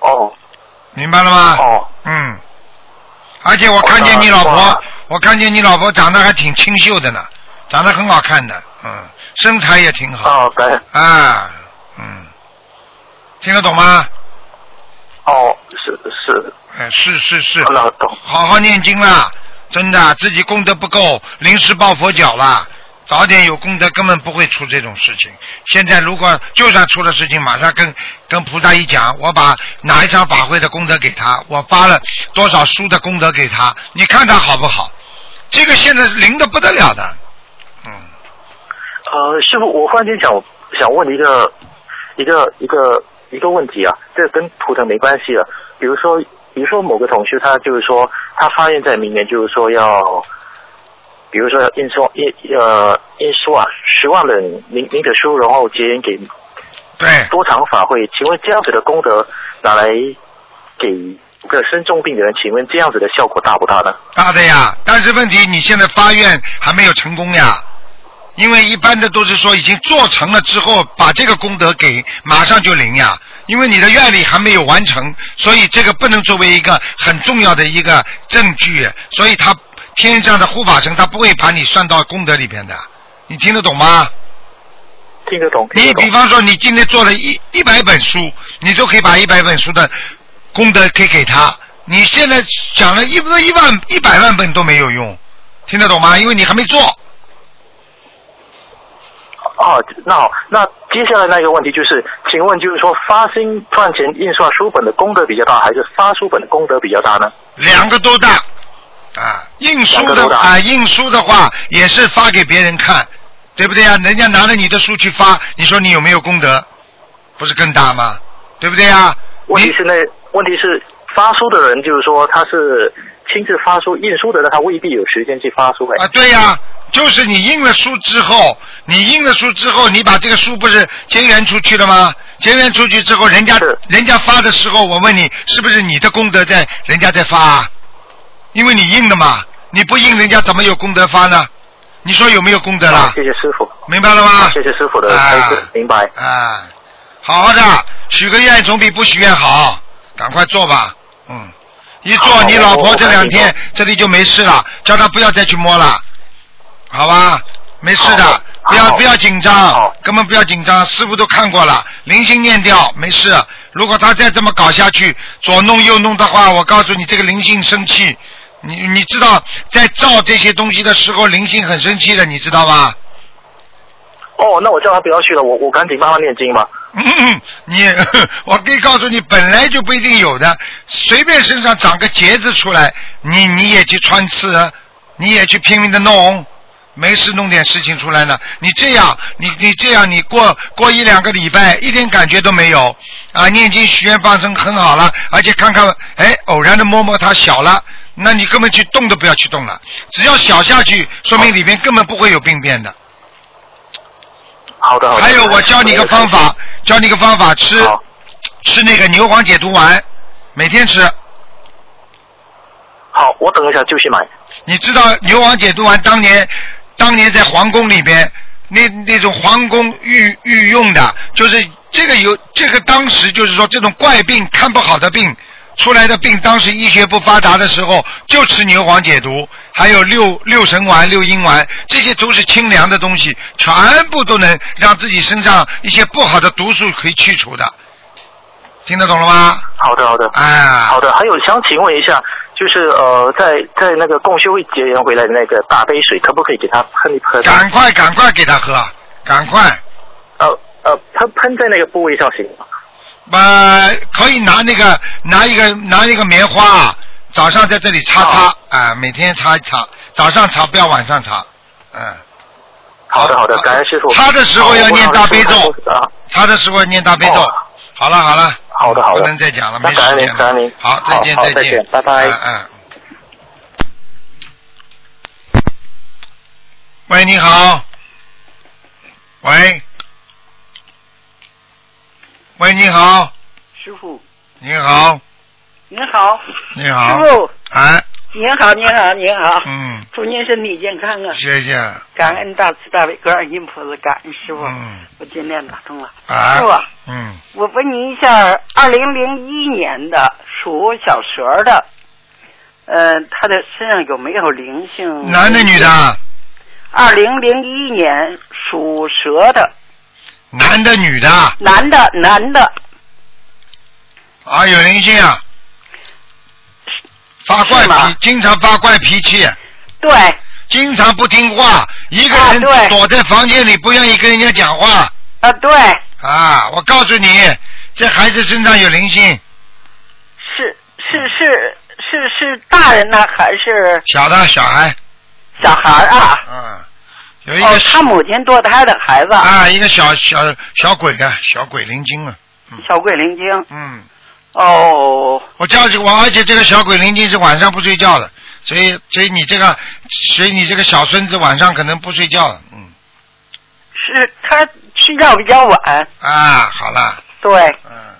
Speaker 5: 哦
Speaker 2: 明白了吗？
Speaker 5: 哦，
Speaker 2: 嗯，而且我看见你老
Speaker 5: 好
Speaker 2: 婆
Speaker 5: 的，
Speaker 2: 我看见你老婆长得还挺清秀的呢，长得很好看的，嗯，身材也挺好，
Speaker 5: 哦，感
Speaker 2: 啊，嗯，听得懂吗？
Speaker 5: 哦，是是，
Speaker 2: 嗯，是是是，
Speaker 5: 那懂，
Speaker 2: 好好念经啦，真的，啊自己功德不够，临时抱佛脚啦。早点有功德，根本不会出这种事情。现在如果就算出了事情，马上跟跟菩萨一讲，我把哪一场法会的功德给他，我发了多少书的功德给他，你看他好不好？这个现在是灵的不得了的，嗯，
Speaker 5: 呃，师傅，我忽然间想想问一个一个一个一个问题啊，这个跟图腾没关系的。比如说，比如说某个同事他就是说，他发愿在明年就是说要，比如说要印刷印呃印刷十万本明明者书，然后结缘给
Speaker 2: 对，
Speaker 5: 多场法会。请问这样子的功德拿来给一个身重病的人，请问这样子的效果大不大呢？
Speaker 2: 大的呀，但是问题你现在发愿还没有成功呀，因为一般的都是说已经做成了之后，把这个功德给马上就灵呀，因为你的愿力还没有完成，所以这个不能作为一个很重要的一个证据，所以他天上的护法神他不会把你算到功德里边的，你听得懂吗？
Speaker 5: 听得懂？听
Speaker 2: 你
Speaker 5: 得懂
Speaker 2: 比方说，你今天做了一一百本书，你就可以把一百本书的功德可以给他。你现在讲了一一万一百万本都没有用，听得懂吗？因为你还没做。
Speaker 5: 哦，那好，那接下来那个问题就是，请问就是说发心赚钱印刷书本的功德比较大，还是发书本的功德比较大呢？
Speaker 2: 两个都大啊，印书
Speaker 5: 两个都
Speaker 2: 的
Speaker 5: 大
Speaker 2: 啊，印书的话也是发给别人看，对不对呀、人家拿了你的书去发，你说你有没有功德？不是更大吗？对不对呀、
Speaker 5: 问
Speaker 2: 你
Speaker 5: 题是那问题是发书的人就是说他是亲自发书，印书的人他未必有时间去发书哎。
Speaker 2: 啊，对呀、就是你印了书之后，你印了书之后，你把这个书不是结缘出去了吗？结缘出去之后，人家
Speaker 5: 是
Speaker 2: 人家发的时候，我问你，是不是你的功德在人家在发、啊？因为你印的嘛，你不印人家怎么有功德发呢？你说有没有功德啦
Speaker 5: 啊，？谢谢师傅，
Speaker 2: 明白了吗？
Speaker 5: 谢谢师傅的
Speaker 2: 啊
Speaker 5: 开示，明白。
Speaker 2: 啊，好好的，许个愿总比不许愿好，赶快做吧，嗯，一做
Speaker 5: 好
Speaker 2: 你老婆
Speaker 5: 我
Speaker 2: 这两
Speaker 5: 我
Speaker 2: 天
Speaker 5: 赶
Speaker 2: 这里就没事了，叫她不要再去摸了，好吧？没事的
Speaker 5: 好，
Speaker 2: 不要
Speaker 5: 好
Speaker 2: 不要紧张
Speaker 5: 好，
Speaker 2: 根本不要紧张，师傅都看过了，灵性念掉没事。如果他再这么搞下去，左弄右弄的话，我告诉你，这个灵性生气，你你知道，在造这些东西的时候，灵性很生气的，你知道吧？
Speaker 5: 哦，那我叫他不要去了，我我赶紧慢慢念经吧。
Speaker 2: 嗯，你 我可以告诉你，本来就不一定有的，随便身上长个结子出来，你你也去穿刺，啊你也去拼命的弄，没事弄点事情出来呢。你这样，你你这样，你过过一两个礼拜，一点感觉都没有啊！念经许愿放生很好了，而且看看，哎，偶然的摸摸它小了，那你根本去动都不要去动了，只要小下去，说明里面根本不会有病变的。
Speaker 5: 好的，好的。
Speaker 2: 还有，我教你个方法，教你个方法，吃
Speaker 5: 好，
Speaker 2: 吃那个牛黄解毒丸，每天吃。
Speaker 5: 好，我等一下就去买。
Speaker 2: 你知道牛黄解毒丸当年，当年在皇宫里边，那那种皇宫御御用的，就是这个有这个当时就是说这种怪病看不好的病出来的病，当时医学不发达的时候就吃牛黄解毒，还有六六神丸、六阴丸，这些都是清凉的东西，全部都能让自己身上一些不好的毒素可以去除的。听得懂了吗？
Speaker 5: 好的，好的。
Speaker 2: 啊，
Speaker 5: 好的，还有想请问一下，就是呃，在在那个共修会结缘回来的那个大杯水，可不可以给他喷一喷？
Speaker 2: 赶快赶快给他喝，赶快。
Speaker 5: 呃呃，喷喷在那个部位上行吗？
Speaker 2: 呃，可以拿那个拿一个拿一个棉花，啊早上在这里擦擦啊
Speaker 5: 好、
Speaker 2: 每天擦一擦，早上擦不要晚上擦，嗯，
Speaker 5: 好的好的
Speaker 2: 好，
Speaker 5: 感恩师傅。
Speaker 2: 他的时候要念大悲咒
Speaker 5: 好我让师傅啊，
Speaker 2: 擦的时候念大悲咒。
Speaker 5: 哦
Speaker 2: 好了好了，
Speaker 5: 好的好的
Speaker 2: 不能再讲了，
Speaker 5: 那
Speaker 2: 没时
Speaker 5: 感恩
Speaker 2: 间了。
Speaker 5: 您感恩您
Speaker 2: 好，再见
Speaker 5: 好好
Speaker 2: 见，
Speaker 5: 再见拜拜
Speaker 2: 嗯嗯。喂，你好。喂。喂，你好，
Speaker 6: 师傅，
Speaker 2: 你好，
Speaker 6: 您好，
Speaker 2: 你好
Speaker 6: 师，傅，
Speaker 2: 哎，
Speaker 6: 您好，您好，您好，
Speaker 2: 嗯，
Speaker 6: 祝您身体健康啊！
Speaker 2: 谢谢，
Speaker 6: 感恩大慈大悲观世音菩萨，感恩师傅，
Speaker 2: 嗯
Speaker 6: 我今天打通了。师
Speaker 2: 啊，
Speaker 6: 傅，
Speaker 2: 嗯，
Speaker 6: 我问您一下，二零零一年的属小蛇的，呃，他的身上有没有灵性？
Speaker 2: 男的女的，
Speaker 6: 二零零一年属蛇的，
Speaker 2: 男的女的，
Speaker 6: 男的，男的，
Speaker 2: 啊，有灵性啊，发怪
Speaker 6: 是吗
Speaker 2: 脾，经常发怪脾气，
Speaker 6: 对，
Speaker 2: 经常不听话，一个
Speaker 6: 啊
Speaker 2: 人
Speaker 6: 对
Speaker 2: 躲在房间里不愿意跟人家讲话
Speaker 6: 啊，对，
Speaker 2: 啊！我告诉你，这孩子身上有灵性，
Speaker 6: 是是是是是大人呢，还是
Speaker 2: 小的小孩，
Speaker 6: 小孩儿啊？
Speaker 2: 嗯，有一个、
Speaker 6: 哦，他母亲堕胎的孩子，
Speaker 2: 啊，一个小小小鬼啊，小鬼灵精啊，
Speaker 6: 小鬼灵精。
Speaker 2: 嗯，
Speaker 6: 哦，
Speaker 2: 我叫这我，而且这个小鬼灵精是晚上不睡觉的，所以所以你这个，所以你这个小孙子晚上可能不睡觉了，嗯，
Speaker 6: 是他睡觉比较晚，
Speaker 2: 啊，好了，
Speaker 6: 对，
Speaker 2: 嗯，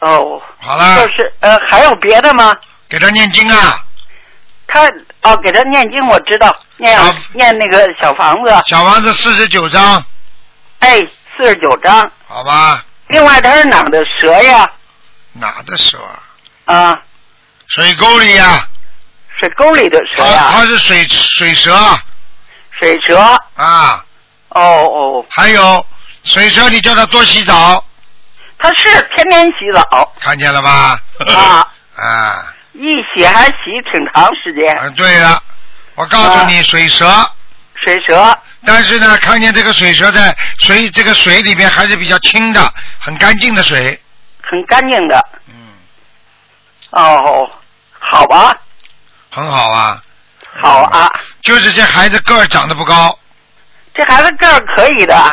Speaker 6: 哦，
Speaker 2: 好
Speaker 6: 就
Speaker 2: 了，
Speaker 6: 是呃，还有别的吗？
Speaker 2: 给他念经啊，
Speaker 6: 他哦，给他念经，我知道念
Speaker 2: 好
Speaker 6: 念那个小房子，
Speaker 2: 小王子四十九章，
Speaker 6: 哎，四十九章。
Speaker 2: 好吧，
Speaker 6: 另外，他是哪儿的蛇呀？
Speaker 2: 哪的蛇啊？
Speaker 6: 啊，
Speaker 2: 水沟里呀、
Speaker 6: 水沟里的蛇
Speaker 2: 他
Speaker 6: 呀，
Speaker 2: 他是水水蛇
Speaker 6: 水蛇。
Speaker 2: 啊，
Speaker 6: 哦哦，
Speaker 2: 还有水蛇，你叫他多洗澡，
Speaker 6: 他是天天洗澡
Speaker 2: 看见了吧？
Speaker 6: 啊，
Speaker 2: 啊，
Speaker 6: 一洗还洗挺长时间。啊
Speaker 2: 嗯，对了，我告诉你，水蛇，
Speaker 6: 水蛇
Speaker 2: 但是呢，看见这个水蛇在水这个水里面还是比较清的，很干净的水。
Speaker 6: 很干净的。
Speaker 2: 嗯，
Speaker 6: 哦，好吧，
Speaker 2: 很好啊，
Speaker 6: 好啊，
Speaker 2: 就是这孩子个儿长得不高，
Speaker 6: 这孩子个儿可以的。
Speaker 2: 哦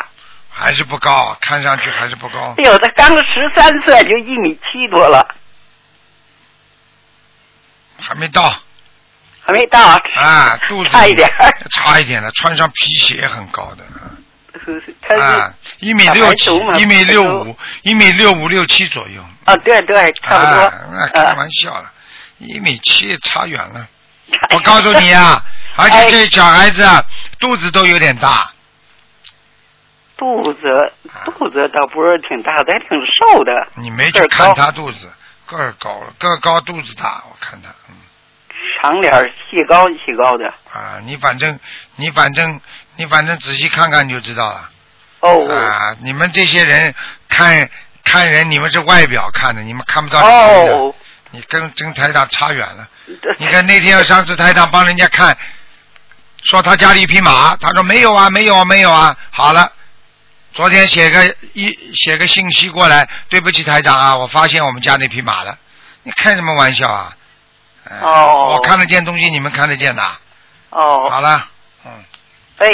Speaker 2: 还是不高，啊看上去还是不高
Speaker 6: 哎。呦，他刚十三岁就一米七多了，
Speaker 2: 还没到
Speaker 6: 还没到。
Speaker 2: 啊，肚子
Speaker 6: 差一点儿。
Speaker 2: 差一点了，穿上皮鞋很高的
Speaker 6: 他是
Speaker 2: 啊，一米
Speaker 6: 小
Speaker 2: 六
Speaker 6: 白
Speaker 2: 七
Speaker 6: 熊，嘛
Speaker 2: 一米
Speaker 6: 白
Speaker 2: 六
Speaker 6: 熊
Speaker 2: 五，一米六五六七左右，
Speaker 6: 啊，对对，差不多。
Speaker 2: 啊，那开
Speaker 6: 啊
Speaker 2: 玩笑了，一米七差远了。我告诉你， 啊，而
Speaker 6: 哎
Speaker 2: 且这小孩子啊，肚子都有点大，
Speaker 6: 肚子
Speaker 2: 啊
Speaker 6: 肚子倒不是挺大的，还挺瘦的。
Speaker 2: 你没去
Speaker 6: 个儿
Speaker 2: 看
Speaker 6: 高
Speaker 2: 他肚子，个儿高了，个儿高肚子大，我看他，嗯
Speaker 6: 长脸儿细高细高的。
Speaker 2: 啊，你反正你反正你反正仔细看看你就知道了
Speaker 6: 哦，
Speaker 2: 啊，你们这些人看看人，你们是外表看的，你们看不到里面的，
Speaker 6: 哦，
Speaker 2: 你跟跟台长差远了。
Speaker 6: 这
Speaker 2: 你看那天上次台长帮人家看，说他家里一匹马，他说没有啊，没有啊，没有啊。好了，昨天写个一写个信息过来，对不起台长啊，我发现我们家那匹马了。你开什么玩笑啊？哎
Speaker 6: 哦
Speaker 2: 我看得见东西，你们看得见的。
Speaker 6: 哦，
Speaker 2: 好了，嗯，
Speaker 6: 哎，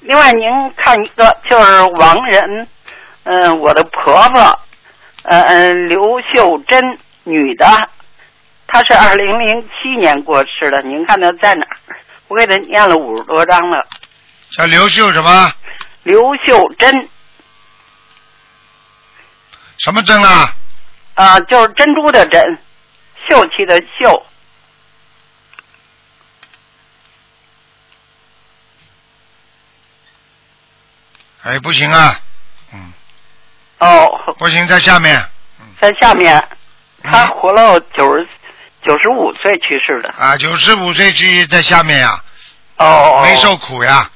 Speaker 6: 另外您看一个就是亡人，嗯、我的婆婆，嗯、呃，刘秀珍，女的，她是二零零七年过世的，您看她在哪儿？我给她念了五十多章了，
Speaker 2: 叫刘秀什么
Speaker 6: 刘秀珍
Speaker 2: 什么珍啊？
Speaker 6: 啊、就是珍珠的珍，秀气的秀，
Speaker 2: 哎，不行啊，嗯，
Speaker 6: 哦，
Speaker 2: 不行，在下面
Speaker 6: 在下面，她
Speaker 2: 嗯
Speaker 6: 活了九十九十五岁去世的，
Speaker 2: 啊，九十五岁去在下面呀、
Speaker 6: 哦，
Speaker 2: 没受苦呀、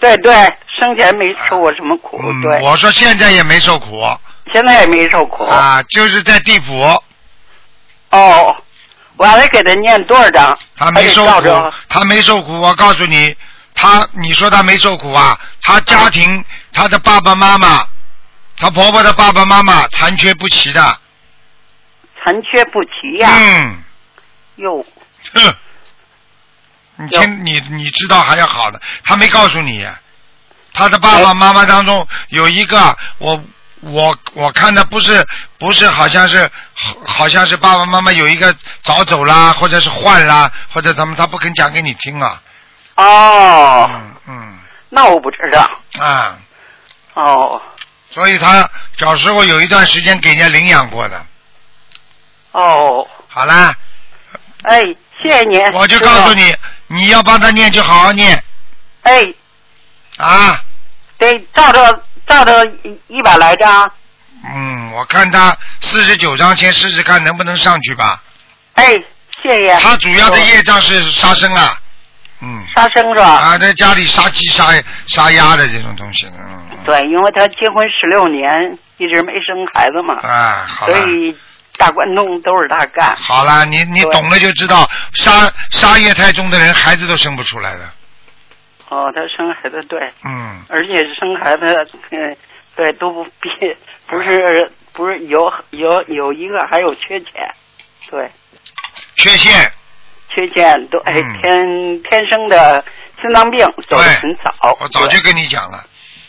Speaker 6: 对对，生前没受过什么苦，
Speaker 2: 嗯，
Speaker 6: 对，
Speaker 2: 我说现在也没受苦。
Speaker 6: 现在也没受苦。
Speaker 2: 啊，就是在地府，
Speaker 6: 哦，我还给他念多少章？
Speaker 2: 他没受
Speaker 6: 还得照
Speaker 2: 苦
Speaker 6: 着，啊
Speaker 2: 他没受苦。我告诉你，他你说他没受苦啊？他家庭，他的爸爸妈妈，他婆婆的爸爸妈妈残缺不齐的。
Speaker 6: 残缺不齐呀、
Speaker 2: 嗯，
Speaker 6: 哟、
Speaker 2: 哼，你听你你知道还要好的，他没告诉你，他的爸爸妈妈当中有一个我。我我看的不是不是，好像是好好像是爸爸妈妈有一个早走啦，或者是换啦，或者怎么他不肯讲给你听啊。
Speaker 6: 哦，
Speaker 2: 嗯嗯
Speaker 6: 那我不知道。
Speaker 2: 啊，
Speaker 6: 哦
Speaker 2: 所以他小时候有一段时间给人家领养过的。
Speaker 6: 哦，
Speaker 2: 好啦，
Speaker 6: 哎，谢谢您。
Speaker 2: 啊我就告诉
Speaker 6: 师
Speaker 2: 你，你要帮他念就好好念
Speaker 6: 傅，哎，
Speaker 2: 啊。
Speaker 6: 得照着照着一一百来张。
Speaker 2: 嗯，我看他四十九章先试试看能不能上去吧。
Speaker 6: 哎，谢谢。
Speaker 2: 他主要的业障是杀生啊，嗯，
Speaker 6: 杀生是吧？
Speaker 2: 啊，在家里杀鸡杀杀鸭的这种东西，嗯，嗯，
Speaker 6: 对，因为他结婚十六年，一直没生孩子嘛，
Speaker 2: 哎，好
Speaker 6: 所
Speaker 2: 了，
Speaker 6: 以大关弄都是他干。
Speaker 2: 好了，你你
Speaker 6: 对
Speaker 2: 懂了就知道，杀杀业太重的人，孩子都生不出来的，
Speaker 6: 哦，他生孩子对，
Speaker 2: 嗯，
Speaker 6: 而且生孩子，嗯，对，都不比不是不是有有有一个还有缺钱，对，
Speaker 2: 缺陷，
Speaker 6: 缺陷都哎
Speaker 2: 嗯
Speaker 6: 天天生的心脏病走的
Speaker 2: 对
Speaker 6: 很早，
Speaker 2: 我早
Speaker 6: 对
Speaker 2: 就跟你讲了，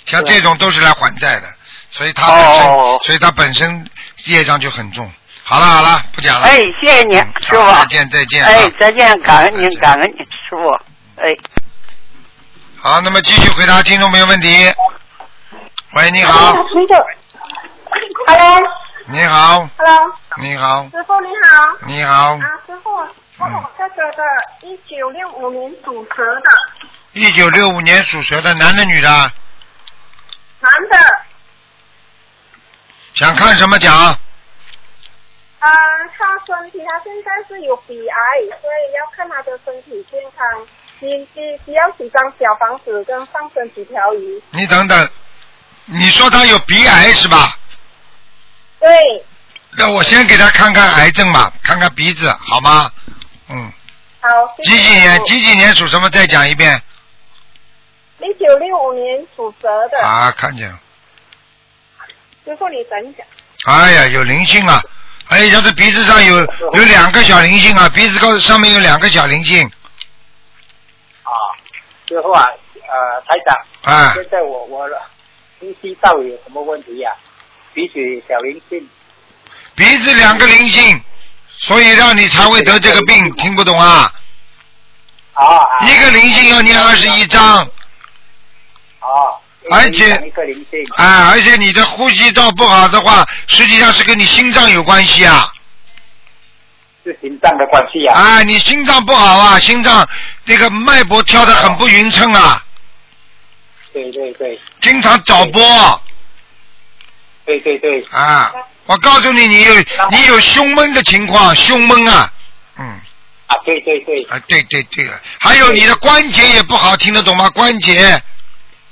Speaker 2: 像
Speaker 6: 对
Speaker 2: 这种都是来还债的，所以他本身，
Speaker 6: 哦
Speaker 2: 所以他本身业障就很重。好了好了，不讲了，
Speaker 6: 哎，谢谢您，
Speaker 2: 嗯
Speaker 6: 师
Speaker 2: 好再
Speaker 6: 傅。
Speaker 2: 见再见啊，嗯
Speaker 6: 哎，再见，感恩
Speaker 2: 再
Speaker 6: 您，
Speaker 2: 见
Speaker 6: 感恩您，师傅。哎，
Speaker 2: 好，那么继续回答听众朋友问题。喂，你好，
Speaker 4: 师傅，Hello
Speaker 2: 你好，
Speaker 4: Hello，
Speaker 2: 你好，
Speaker 4: 师傅你好。
Speaker 2: 你好，
Speaker 4: 啊，师傅，我
Speaker 2: 嗯
Speaker 4: 这个的，一九六五年属蛇的
Speaker 2: 一九六五年属蛇的男的啊女的，
Speaker 4: 男的，
Speaker 2: 想看什么讲？
Speaker 4: 啊，他身体他现在是有鼻癌，所以要看他的身体健康，需需需要几张小房子跟放生几条鱼。
Speaker 2: 你等等，你说他有鼻癌是吧？
Speaker 4: 对，
Speaker 2: 那我先给他看看癌症吧，看看鼻子好吗？嗯，
Speaker 4: 好，谢谢
Speaker 2: 几几年
Speaker 7: 哦
Speaker 4: 师？傅
Speaker 2: 几几年属什么？再讲一遍
Speaker 4: 一九六五年属蛇的，
Speaker 2: 啊！看见了，
Speaker 4: 师傅你等一下。
Speaker 2: 哎呀，有灵性啊！哎，他的鼻子上
Speaker 7: 哦
Speaker 2: 有有两个小灵性啊，鼻子高上面有两个小灵性，
Speaker 7: 啊，最后啊，呃，台长，
Speaker 2: 哎，
Speaker 7: 现在我我呼吸道有什么问题呀、鼻水小灵性，
Speaker 2: 鼻子两个灵性，所以让你才会得这个病，听不懂啊？
Speaker 7: 啊啊，
Speaker 2: 一个灵性要念二十一章，
Speaker 7: 啊，
Speaker 2: 而且
Speaker 7: 一个灵性，
Speaker 2: 啊，而且你的呼吸道不好的话，实际上是跟你心脏有关系啊！
Speaker 7: 是心脏的关系啊，
Speaker 2: 啊，你心脏不好啊，心脏那个脉搏跳得很不匀称啊，
Speaker 7: 对对对
Speaker 2: 经常早搏
Speaker 7: 对对对，
Speaker 2: 啊！我告诉你，你有你有胸闷的情况，胸闷啊，嗯
Speaker 7: 啊对对对
Speaker 2: 啊，对对对了，还有你的关节也不好，听得懂吗？关节。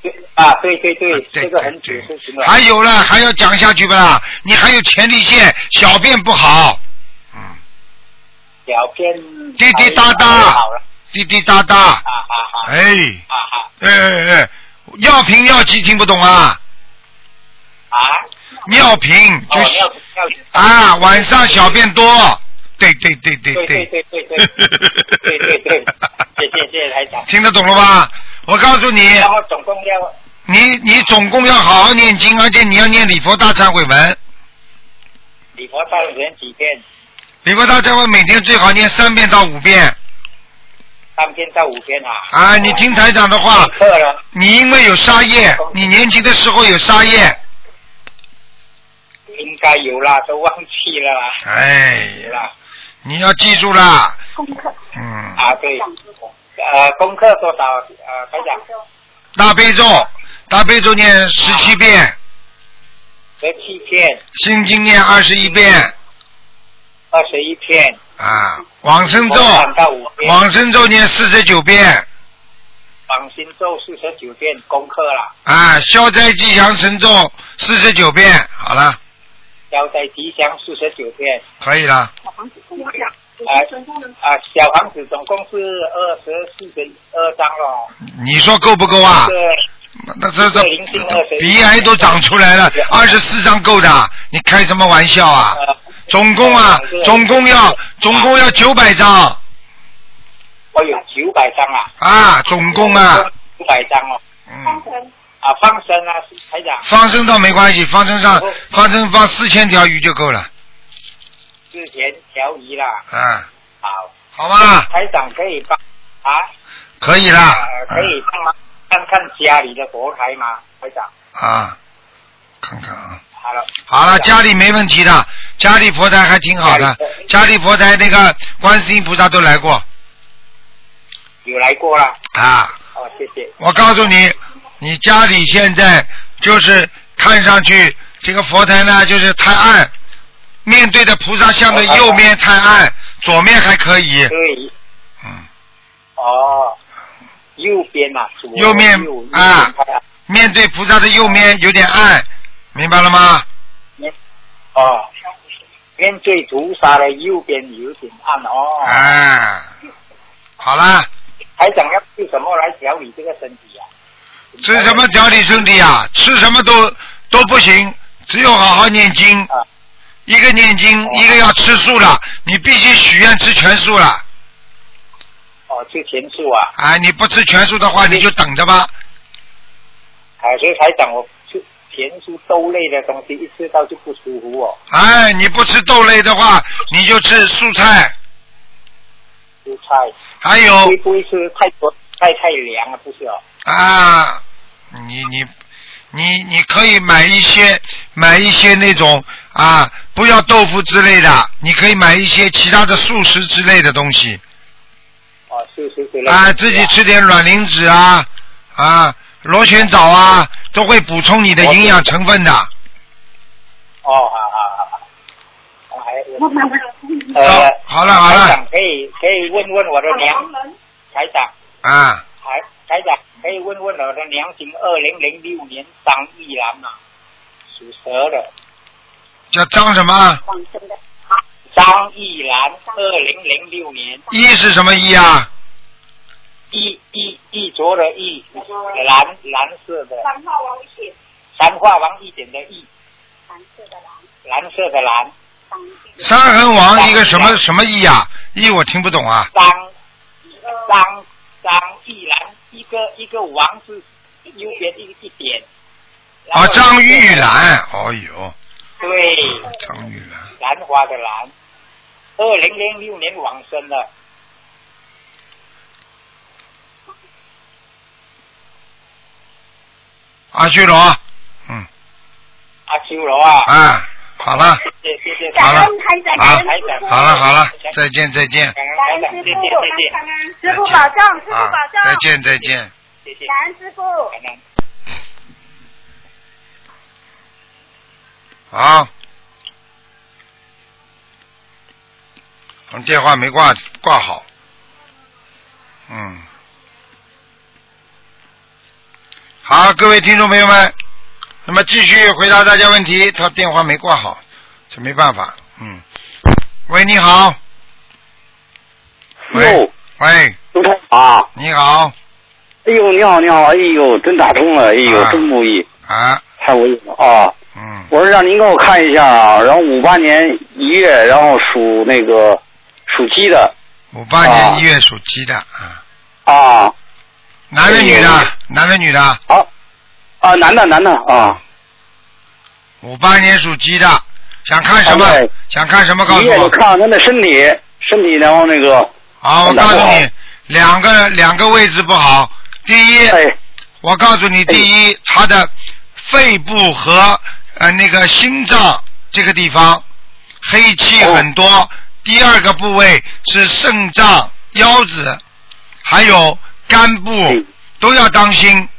Speaker 7: 对啊对对
Speaker 2: 啊
Speaker 7: 对，
Speaker 2: 对
Speaker 7: 这个很
Speaker 2: 对
Speaker 7: 指事情
Speaker 2: 对
Speaker 7: 了，
Speaker 2: 还有了，还要讲下去不啦？你还有前列腺小便不好，嗯，
Speaker 7: 小便
Speaker 2: 滴滴答答
Speaker 7: 哎好了，
Speaker 2: 滴滴答答，
Speaker 7: 啊啊啊
Speaker 2: 哎，
Speaker 7: 啊啊
Speaker 2: 哎哎哎，尿频尿急听不懂啊？
Speaker 7: 啊，
Speaker 2: 尿频
Speaker 7: 哦
Speaker 2: 就
Speaker 7: 要
Speaker 2: 是、
Speaker 7: 要
Speaker 2: 啊，晚上小便多，对对对对
Speaker 7: 对对对对对对对对，谢谢谢谢台 长，
Speaker 2: 听得懂了吧？我告诉你，
Speaker 7: 然后总共要。
Speaker 2: 你你总共要好好念经，而且你要念礼佛大忏悔文，
Speaker 7: 礼佛大人几遍，
Speaker 2: 礼佛大忏悔每天最好念三遍到五遍。
Speaker 7: 三遍到五遍啊。
Speaker 2: 啊，你听台长的话
Speaker 7: 上，课了
Speaker 2: 你因为有杀业，你年轻的时候有杀业，
Speaker 7: 应该有啦，都忘记了啦。
Speaker 2: 哎
Speaker 7: 有
Speaker 2: 呀，
Speaker 7: 啦
Speaker 2: 你要记住啦，
Speaker 4: 功课
Speaker 2: 嗯，
Speaker 7: 啊，对，呃，功课多少？呃，台长，
Speaker 2: 大悲咒，大悲咒念十七遍，
Speaker 7: 十七片，
Speaker 2: 心经念二十一遍，
Speaker 7: 二十一片，
Speaker 2: 啊，往生咒，
Speaker 7: 往到五遍，
Speaker 2: 往生咒念四十九遍，
Speaker 7: 往心咒四十九遍功课啦，
Speaker 2: 啊，消灾吉祥神咒四十九遍，好了，
Speaker 7: 消灾吉祥四十九遍，
Speaker 2: 可以了，
Speaker 4: 嗯
Speaker 7: 啊、啊、小房子总共是二十四十二张咯，
Speaker 2: 你说够不够啊
Speaker 7: 这？个
Speaker 2: 那这这
Speaker 7: 这灵性啊二十一
Speaker 2: 鼻癌都长出来了，二十四张够的，啊你开什么玩笑啊？
Speaker 7: 呃，
Speaker 2: 总共啊，总共要总共要九百张
Speaker 7: 我有九百张啊，
Speaker 2: 啊，总共啊，，
Speaker 7: 九百张哦，
Speaker 2: 嗯，
Speaker 7: 啊，放生啊，台长。
Speaker 2: 放生倒没关系，放生上放生放四千条鱼就够了，
Speaker 7: 之前调鱼啦，
Speaker 2: 啊，
Speaker 7: 好，
Speaker 2: 好吧，
Speaker 7: 台长可以帮啊，
Speaker 2: 可以啦，
Speaker 7: 呃，可以帮忙看看家里的佛台吗？台长，
Speaker 2: 啊，看看啊，
Speaker 7: 好了，
Speaker 2: 好了，家里没问题的，家里佛台还挺好的，家里佛台那个观世音菩萨都来过
Speaker 7: 有来过了，
Speaker 2: 啊。
Speaker 7: 哦，谢谢。
Speaker 2: 我告诉你，你家里现在就是看上去这个佛台呢，就是太暗，面对的菩萨像的右面太暗，左面还可以。
Speaker 7: 对，
Speaker 2: 嗯，
Speaker 7: 哦，右边嘛，左
Speaker 2: 右面
Speaker 7: 右右
Speaker 2: 啊
Speaker 7: 边看
Speaker 2: 面对菩萨的右面有点暗，明白了吗？
Speaker 7: 哦，面对菩萨的右边有点暗哦。
Speaker 2: 哎，好啦，
Speaker 7: 还想要用什么来调理这个身体啊？
Speaker 2: 吃什么调理身体啊？吃什么都都不行，只有好好念经。一个念经，一个要吃素了，你必须许愿吃全素了。
Speaker 7: 哦，吃全素啊，
Speaker 2: 哎，你不吃全素的话，你就等着吧。
Speaker 7: 啊，所以才讲我吃全素豆类的东西一吃到就不舒服哦，
Speaker 2: 哎，你不吃豆类的话，你就吃蔬菜。
Speaker 7: 蔬菜。
Speaker 2: 还有
Speaker 7: 会不会吃太多太太凉啊？不是哦，
Speaker 2: 啊，你你你你可以买一些买一些那种啊，不要豆腐之类的，你可以买一些其他的素食之类的东西
Speaker 7: 哦，是是是。
Speaker 2: 啊，自己吃点卵磷脂啊啊，螺旋藻啊，都会补充你的营养成分的。
Speaker 7: 哦，好好好。我还
Speaker 4: 我妈妈，
Speaker 7: 呃，
Speaker 2: 好了好了
Speaker 7: 台长可以可以问问我的娘，台长，
Speaker 2: 啊，
Speaker 7: 台台长可以问问我的娘亲，二零零六年张一兰嘛，属蛇的，
Speaker 2: 叫张什么？
Speaker 7: 张一兰，二零零六年，
Speaker 2: 一是什么一啊？
Speaker 7: 一一一卓的一，蓝蓝色的，三化王一点，三化王一点的一，蓝色的蓝，
Speaker 2: 三横王一个什么什么一啊？一我听不懂啊。
Speaker 7: 张张张一兰，一个一个王字右边一一点，然
Speaker 2: 哦
Speaker 7: 后，
Speaker 2: 张玉兰，哦呦，
Speaker 7: 对，
Speaker 2: 张玉兰，
Speaker 7: 兰花的兰，二零零六年往生的，
Speaker 2: 阿修罗，
Speaker 7: 阿修罗啊，
Speaker 2: 啊，好了。
Speaker 7: 谢谢谢谢，
Speaker 2: 好了
Speaker 4: 台长
Speaker 2: 好
Speaker 7: 台长，
Speaker 2: 好了好了，再见再见
Speaker 7: 感恩台长，谢谢谢谢。
Speaker 4: 师傅保重，师
Speaker 2: 啊，再见再见。
Speaker 7: 谢谢，
Speaker 4: 感恩师傅。
Speaker 7: 感恩。
Speaker 2: 好，我们电话没挂挂好。嗯，好，各位听众朋友们，那么继续回答大家问题。他电话没挂好，这没办法。嗯，喂，你好。喂
Speaker 8: 哟，
Speaker 2: 喂，
Speaker 8: 卢台长，
Speaker 2: 你好
Speaker 8: 哎呦，你好，你好，哎呦，真打通了，哎呦，
Speaker 2: 啊
Speaker 8: 真不易，
Speaker 2: 啊，
Speaker 8: 太不易了啊！
Speaker 2: 嗯，
Speaker 8: 我说让您给我看一下啊，然后五八年一月，然后属那个属鸡的
Speaker 2: 五八年一月属鸡的啊，
Speaker 8: 啊
Speaker 2: 男的
Speaker 8: 哎呦
Speaker 2: 女的，男的女的。
Speaker 8: 啊啊，男的男的啊，
Speaker 2: 五八年属鸡的，想看什么
Speaker 8: 啊对？
Speaker 2: 想看什么？告
Speaker 8: 一
Speaker 2: 诉
Speaker 8: 月就
Speaker 2: 我。
Speaker 8: 看看他的身体，身体，然后那个
Speaker 2: 好，我告诉你，两个两个位置不好。第一，
Speaker 8: 哎
Speaker 2: 我告诉你，第一，他的肺部和呃那个心脏这个地方黑气很多。
Speaker 8: 哦
Speaker 2: 第二个部位是肾脏、腰子，还有肝部
Speaker 8: 哎
Speaker 2: 都要当心。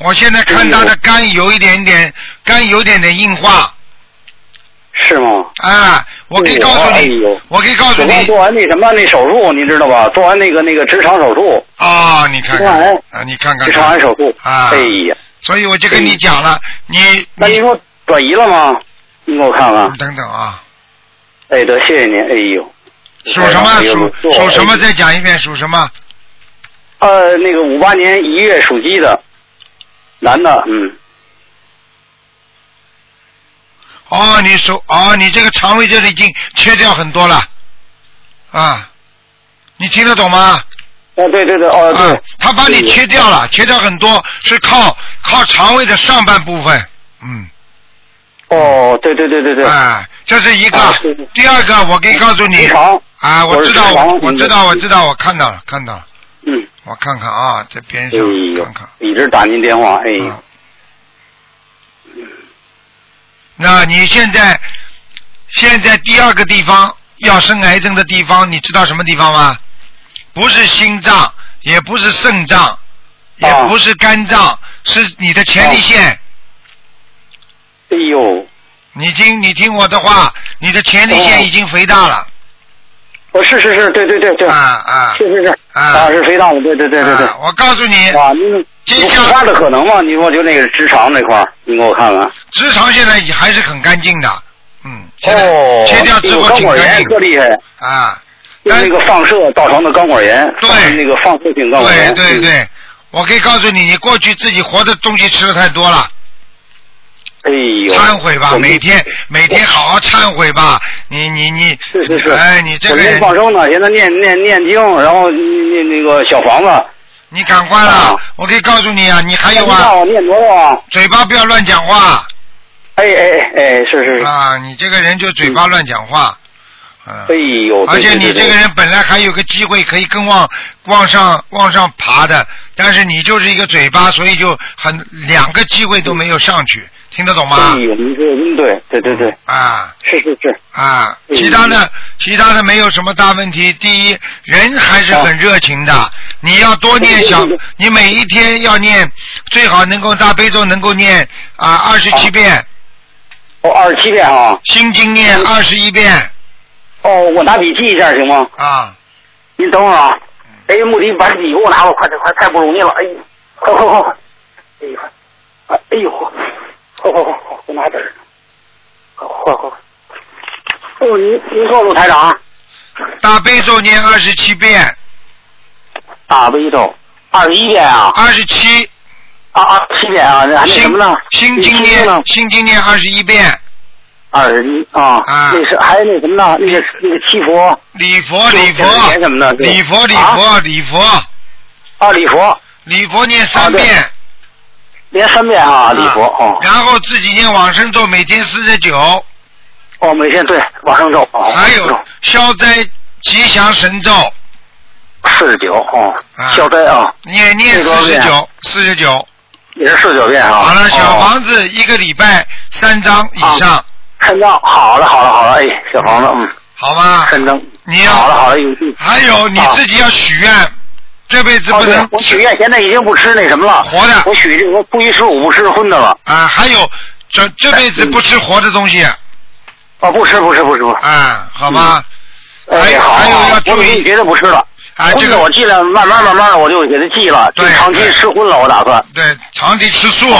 Speaker 2: 我现在看他的肝有一点点，肝有点点硬化。
Speaker 8: 是吗？
Speaker 2: 啊，我可以告诉
Speaker 8: 哎
Speaker 2: 你
Speaker 8: 呦，
Speaker 2: 我可以告诉
Speaker 8: 我刚
Speaker 2: 你
Speaker 8: 做完那什么那手术，你知道吧？做完那个那个直肠手术，
Speaker 2: 啊，你看
Speaker 8: 昨
Speaker 2: 看
Speaker 8: 晚
Speaker 2: 啊，你看看
Speaker 8: 直肠
Speaker 2: 看
Speaker 8: 癌，手术。
Speaker 2: 啊
Speaker 8: 哎呀，
Speaker 2: 所以我就跟你讲了，你
Speaker 8: 那
Speaker 2: 你
Speaker 8: 您说转移了吗？你给我看看
Speaker 2: 你。等等啊，
Speaker 8: 哎，得谢谢您。哎呦，
Speaker 2: 属什么
Speaker 8: 哎呦
Speaker 2: 属
Speaker 8: 不错
Speaker 2: 属什么？
Speaker 8: 哎
Speaker 2: 再讲一遍，属什么？
Speaker 8: 呃，那个五八年一月属鸡的，男的，嗯，
Speaker 2: 哦，你手哦，你这个肠胃这里已经切掉很多了，啊，你听得懂吗？
Speaker 8: 啊，对对对，哦，
Speaker 2: 啊
Speaker 8: 对，，
Speaker 2: 他把你切掉了，切掉很多，是靠靠肠胃的上半部分，嗯。
Speaker 8: 哦，对对对对对，
Speaker 2: 啊，这是一个
Speaker 8: 啊对对。
Speaker 2: 第二个，我可以告诉你
Speaker 8: 直肠，
Speaker 2: 啊，我
Speaker 8: 我是
Speaker 2: 知道，
Speaker 8: 直肠
Speaker 2: 我我
Speaker 8: 嗯
Speaker 2: 知道，我知道，我看到了，看到了，
Speaker 8: 嗯，
Speaker 2: 我看看啊，在边
Speaker 8: 哎
Speaker 2: 上
Speaker 8: 呦
Speaker 2: 看看，，
Speaker 8: 一直打您电话，哎呦
Speaker 2: 啊，那你现在现在第二个地方要生癌症的地方，你知道什么地方吗？不是心脏，也不是肾脏，也
Speaker 8: 啊
Speaker 2: 不是肝脏，是你的前列腺。
Speaker 8: 哎呦，哦
Speaker 2: 你听，你听我的话，你的前列腺已经肥大了、
Speaker 8: 我哦是是是，对对对对，
Speaker 2: 啊啊
Speaker 8: 是是是，
Speaker 2: 啊！
Speaker 8: 是肥皂，对对对对对。
Speaker 2: 啊我告诉你，
Speaker 8: 哇，那个
Speaker 2: 接
Speaker 8: 有
Speaker 2: 下
Speaker 8: 腐化的可能吗？你我就那个直肠那块儿，你给我看看。
Speaker 2: 直肠现在也还是很干净的，嗯，现在
Speaker 8: 哦，
Speaker 2: 切掉之
Speaker 8: 有
Speaker 2: 后
Speaker 8: 钢
Speaker 2: 挺
Speaker 8: 管
Speaker 2: 干
Speaker 8: 炎
Speaker 2: 净
Speaker 8: 特厉害，
Speaker 2: 啊。
Speaker 8: 就是那个放射造成的钢管炎，
Speaker 2: 对
Speaker 8: 放那个放射性钢管
Speaker 2: 对
Speaker 8: 炎，
Speaker 2: 对
Speaker 8: 嗯。
Speaker 2: 对，我可以告诉你，你过去自己活的东西吃的太多了，
Speaker 8: 哎呦，
Speaker 2: 忏悔吧，
Speaker 8: 我们
Speaker 2: 每天每天好好忏悔吧。你你你，
Speaker 8: 是是是，
Speaker 2: 哎，你这
Speaker 8: 我
Speaker 2: 个
Speaker 8: 人
Speaker 2: 人，
Speaker 8: 放生呢，现在念念念经，然后念那个小房子，
Speaker 2: 你赶快啦
Speaker 8: 啊！
Speaker 2: 我可以告诉你啊，你还有
Speaker 8: 你看
Speaker 2: 啊，
Speaker 8: 我念多少啊？
Speaker 2: 嘴巴不要乱讲话
Speaker 8: 哎哎哎哎，是是是，
Speaker 2: 啊！你这个人就嘴巴乱讲话，嗯
Speaker 8: 哎。呦，
Speaker 2: 而
Speaker 8: 对
Speaker 2: 且
Speaker 8: 对
Speaker 2: 你
Speaker 8: 对
Speaker 2: 这个人本来还有个机会可以更往往上往上爬的，但是你就是一个嘴巴，所以就很两个机会都没有上去，听得懂吗
Speaker 8: 哎？呦，你这嗯对对对对，
Speaker 2: 啊
Speaker 8: 是是是，
Speaker 2: 啊，
Speaker 8: 嗯
Speaker 2: 其他的其他的没有什么大问题。第一，人还是很热情
Speaker 8: 啊
Speaker 2: 的，你要多念小
Speaker 8: 对对对，
Speaker 2: 你每一天要念，最好能够大悲咒能够念啊二十七遍，
Speaker 8: 哦，二十七遍啊，
Speaker 2: 心经念二十一遍
Speaker 8: 哦，我拿笔记一下行吗？
Speaker 2: 啊。嗯
Speaker 8: 您等会儿啊，哎，穆迪，把笔给我拿过来，快点，快，太不容易了，哎，快快快，快哎呦，哎哎呦，快快快，快我拿本儿，快快快，快哦，您您告诉台长啊，
Speaker 2: 大悲咒念二十七遍，
Speaker 8: 大悲咒二十一遍啊，
Speaker 2: 二十七。
Speaker 8: 啊啊，七遍啊，那还那
Speaker 2: 心
Speaker 8: 什么呢？
Speaker 2: 心经
Speaker 8: 呢
Speaker 2: 念，心经念二十一遍，
Speaker 8: 二十一啊，
Speaker 2: 啊
Speaker 8: 那是还有那什么呢？那个那个七佛
Speaker 2: 礼佛
Speaker 8: 就
Speaker 2: 礼
Speaker 8: 点
Speaker 2: 佛
Speaker 8: 点什么的对
Speaker 2: 礼佛礼
Speaker 8: 啊
Speaker 2: 佛礼佛
Speaker 8: 啊，礼佛
Speaker 2: 礼佛念三
Speaker 8: 啊对
Speaker 2: 遍，
Speaker 8: 连三遍啊，礼佛哦
Speaker 2: 然后自己念往生咒，每天四十九，
Speaker 8: 哦，每天对往上咒哦，
Speaker 2: 还有消灾吉祥神咒，
Speaker 8: 四十九哦
Speaker 2: 啊，
Speaker 8: 消灾啊，
Speaker 2: 念念
Speaker 8: 最高
Speaker 2: 四十九
Speaker 8: 遍
Speaker 2: 四十九。
Speaker 8: 也是四十九遍啊。
Speaker 2: 好了，小
Speaker 8: 王，
Speaker 2: 房子一个礼拜三张以上，
Speaker 8: 啊三张，好了好了好了，哎，小房子嗯，
Speaker 2: 好吗？
Speaker 8: 三张，
Speaker 2: 你
Speaker 8: 好了
Speaker 2: 要
Speaker 8: 好了，有戏。
Speaker 2: 还有你
Speaker 8: 啊
Speaker 2: 自己要许愿，这辈子
Speaker 8: 哦，
Speaker 2: 不
Speaker 8: 对
Speaker 2: 能，
Speaker 8: 我许愿现在已经不吃那什么了，
Speaker 2: 活的
Speaker 8: 我许这个不许吃五不吃荤的了，
Speaker 2: 啊，还有这这辈子不吃活的东西。
Speaker 8: 哦，不吃不吃不吃，不吃
Speaker 2: 啊，好吧，还
Speaker 8: 哎，
Speaker 2: 有
Speaker 8: 好，
Speaker 2: 还有要
Speaker 8: 好我
Speaker 2: 注
Speaker 8: 已经
Speaker 2: 意
Speaker 8: 绝对不吃了。
Speaker 2: 啊，这
Speaker 8: 荤的
Speaker 2: 个
Speaker 8: 我尽量慢慢慢慢的我就给他记了，就
Speaker 2: 对
Speaker 8: 长期
Speaker 2: 对
Speaker 8: 吃荤了，我打算
Speaker 2: 对长期吃素，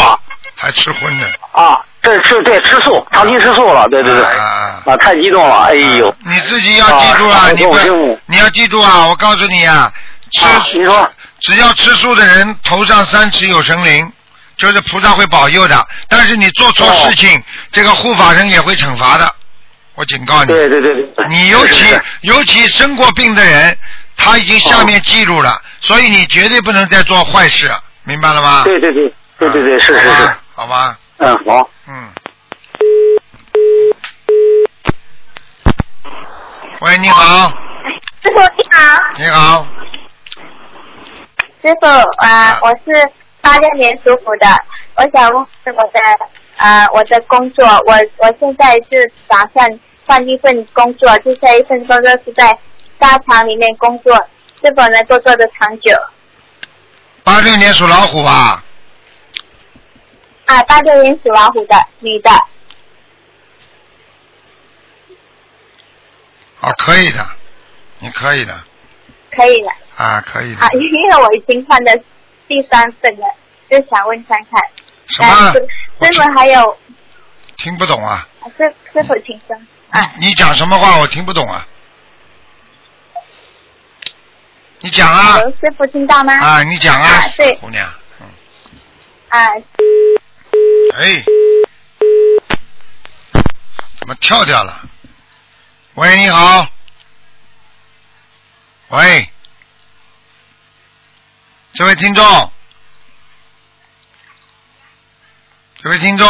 Speaker 2: 还吃荤的，
Speaker 8: 啊，这吃对吃素，长期吃素了，对对对，
Speaker 2: 啊
Speaker 8: 啊，太激动了，哎呦，
Speaker 2: 啊你自己要记住
Speaker 8: 啊
Speaker 2: 啊，你不
Speaker 8: 我听我
Speaker 2: 你要记住啊，我告诉你啊，吃
Speaker 8: 啊，你说
Speaker 2: 只要吃素的人头上三尺有神灵，就是菩萨会保佑的，但是你做错
Speaker 8: 哦
Speaker 2: 事情，这个护法神也会惩罚的，我警告你，
Speaker 8: 对对对对，
Speaker 2: 你尤
Speaker 8: 是
Speaker 2: 其
Speaker 8: 是是
Speaker 2: 尤其生过病的人，他已经下面记录了，所以你绝对不能再做坏事，明白了吗？
Speaker 8: 对对对对对对，是是
Speaker 2: 好
Speaker 8: 是
Speaker 2: 吧，好吧，
Speaker 8: 嗯，好，
Speaker 2: 嗯。喂，你好，
Speaker 4: 师傅你好，
Speaker 2: 你好，
Speaker 4: 师傅啊
Speaker 2: 啊，
Speaker 4: 我是八六年属虎的，我想问我的呃我的工作，我我现在是打算换一份工作，就下一份工作是在大厂里面工作，是否能够做得长久？
Speaker 2: 八六年属老虎啊，
Speaker 4: 啊，八六年属老虎的女的，
Speaker 2: 哦，可以的，你可以的，
Speaker 4: 可以了
Speaker 2: 啊，可以的
Speaker 4: 啊，，因为我已经换了第三份了，就想问看看。
Speaker 2: 什么
Speaker 4: 啊师？
Speaker 2: 我
Speaker 4: 师傅还有
Speaker 2: 听不懂啊，
Speaker 4: 啊师师傅请说啊。
Speaker 2: 你你讲什么话我听不懂啊，你讲啊，
Speaker 4: 刘师傅听到吗？
Speaker 2: 啊，你讲啊
Speaker 4: 啊对，
Speaker 2: 姑娘，嗯，
Speaker 4: 啊，
Speaker 2: 哎，怎么跳掉了？喂，你好。喂，这位听众，这位听众，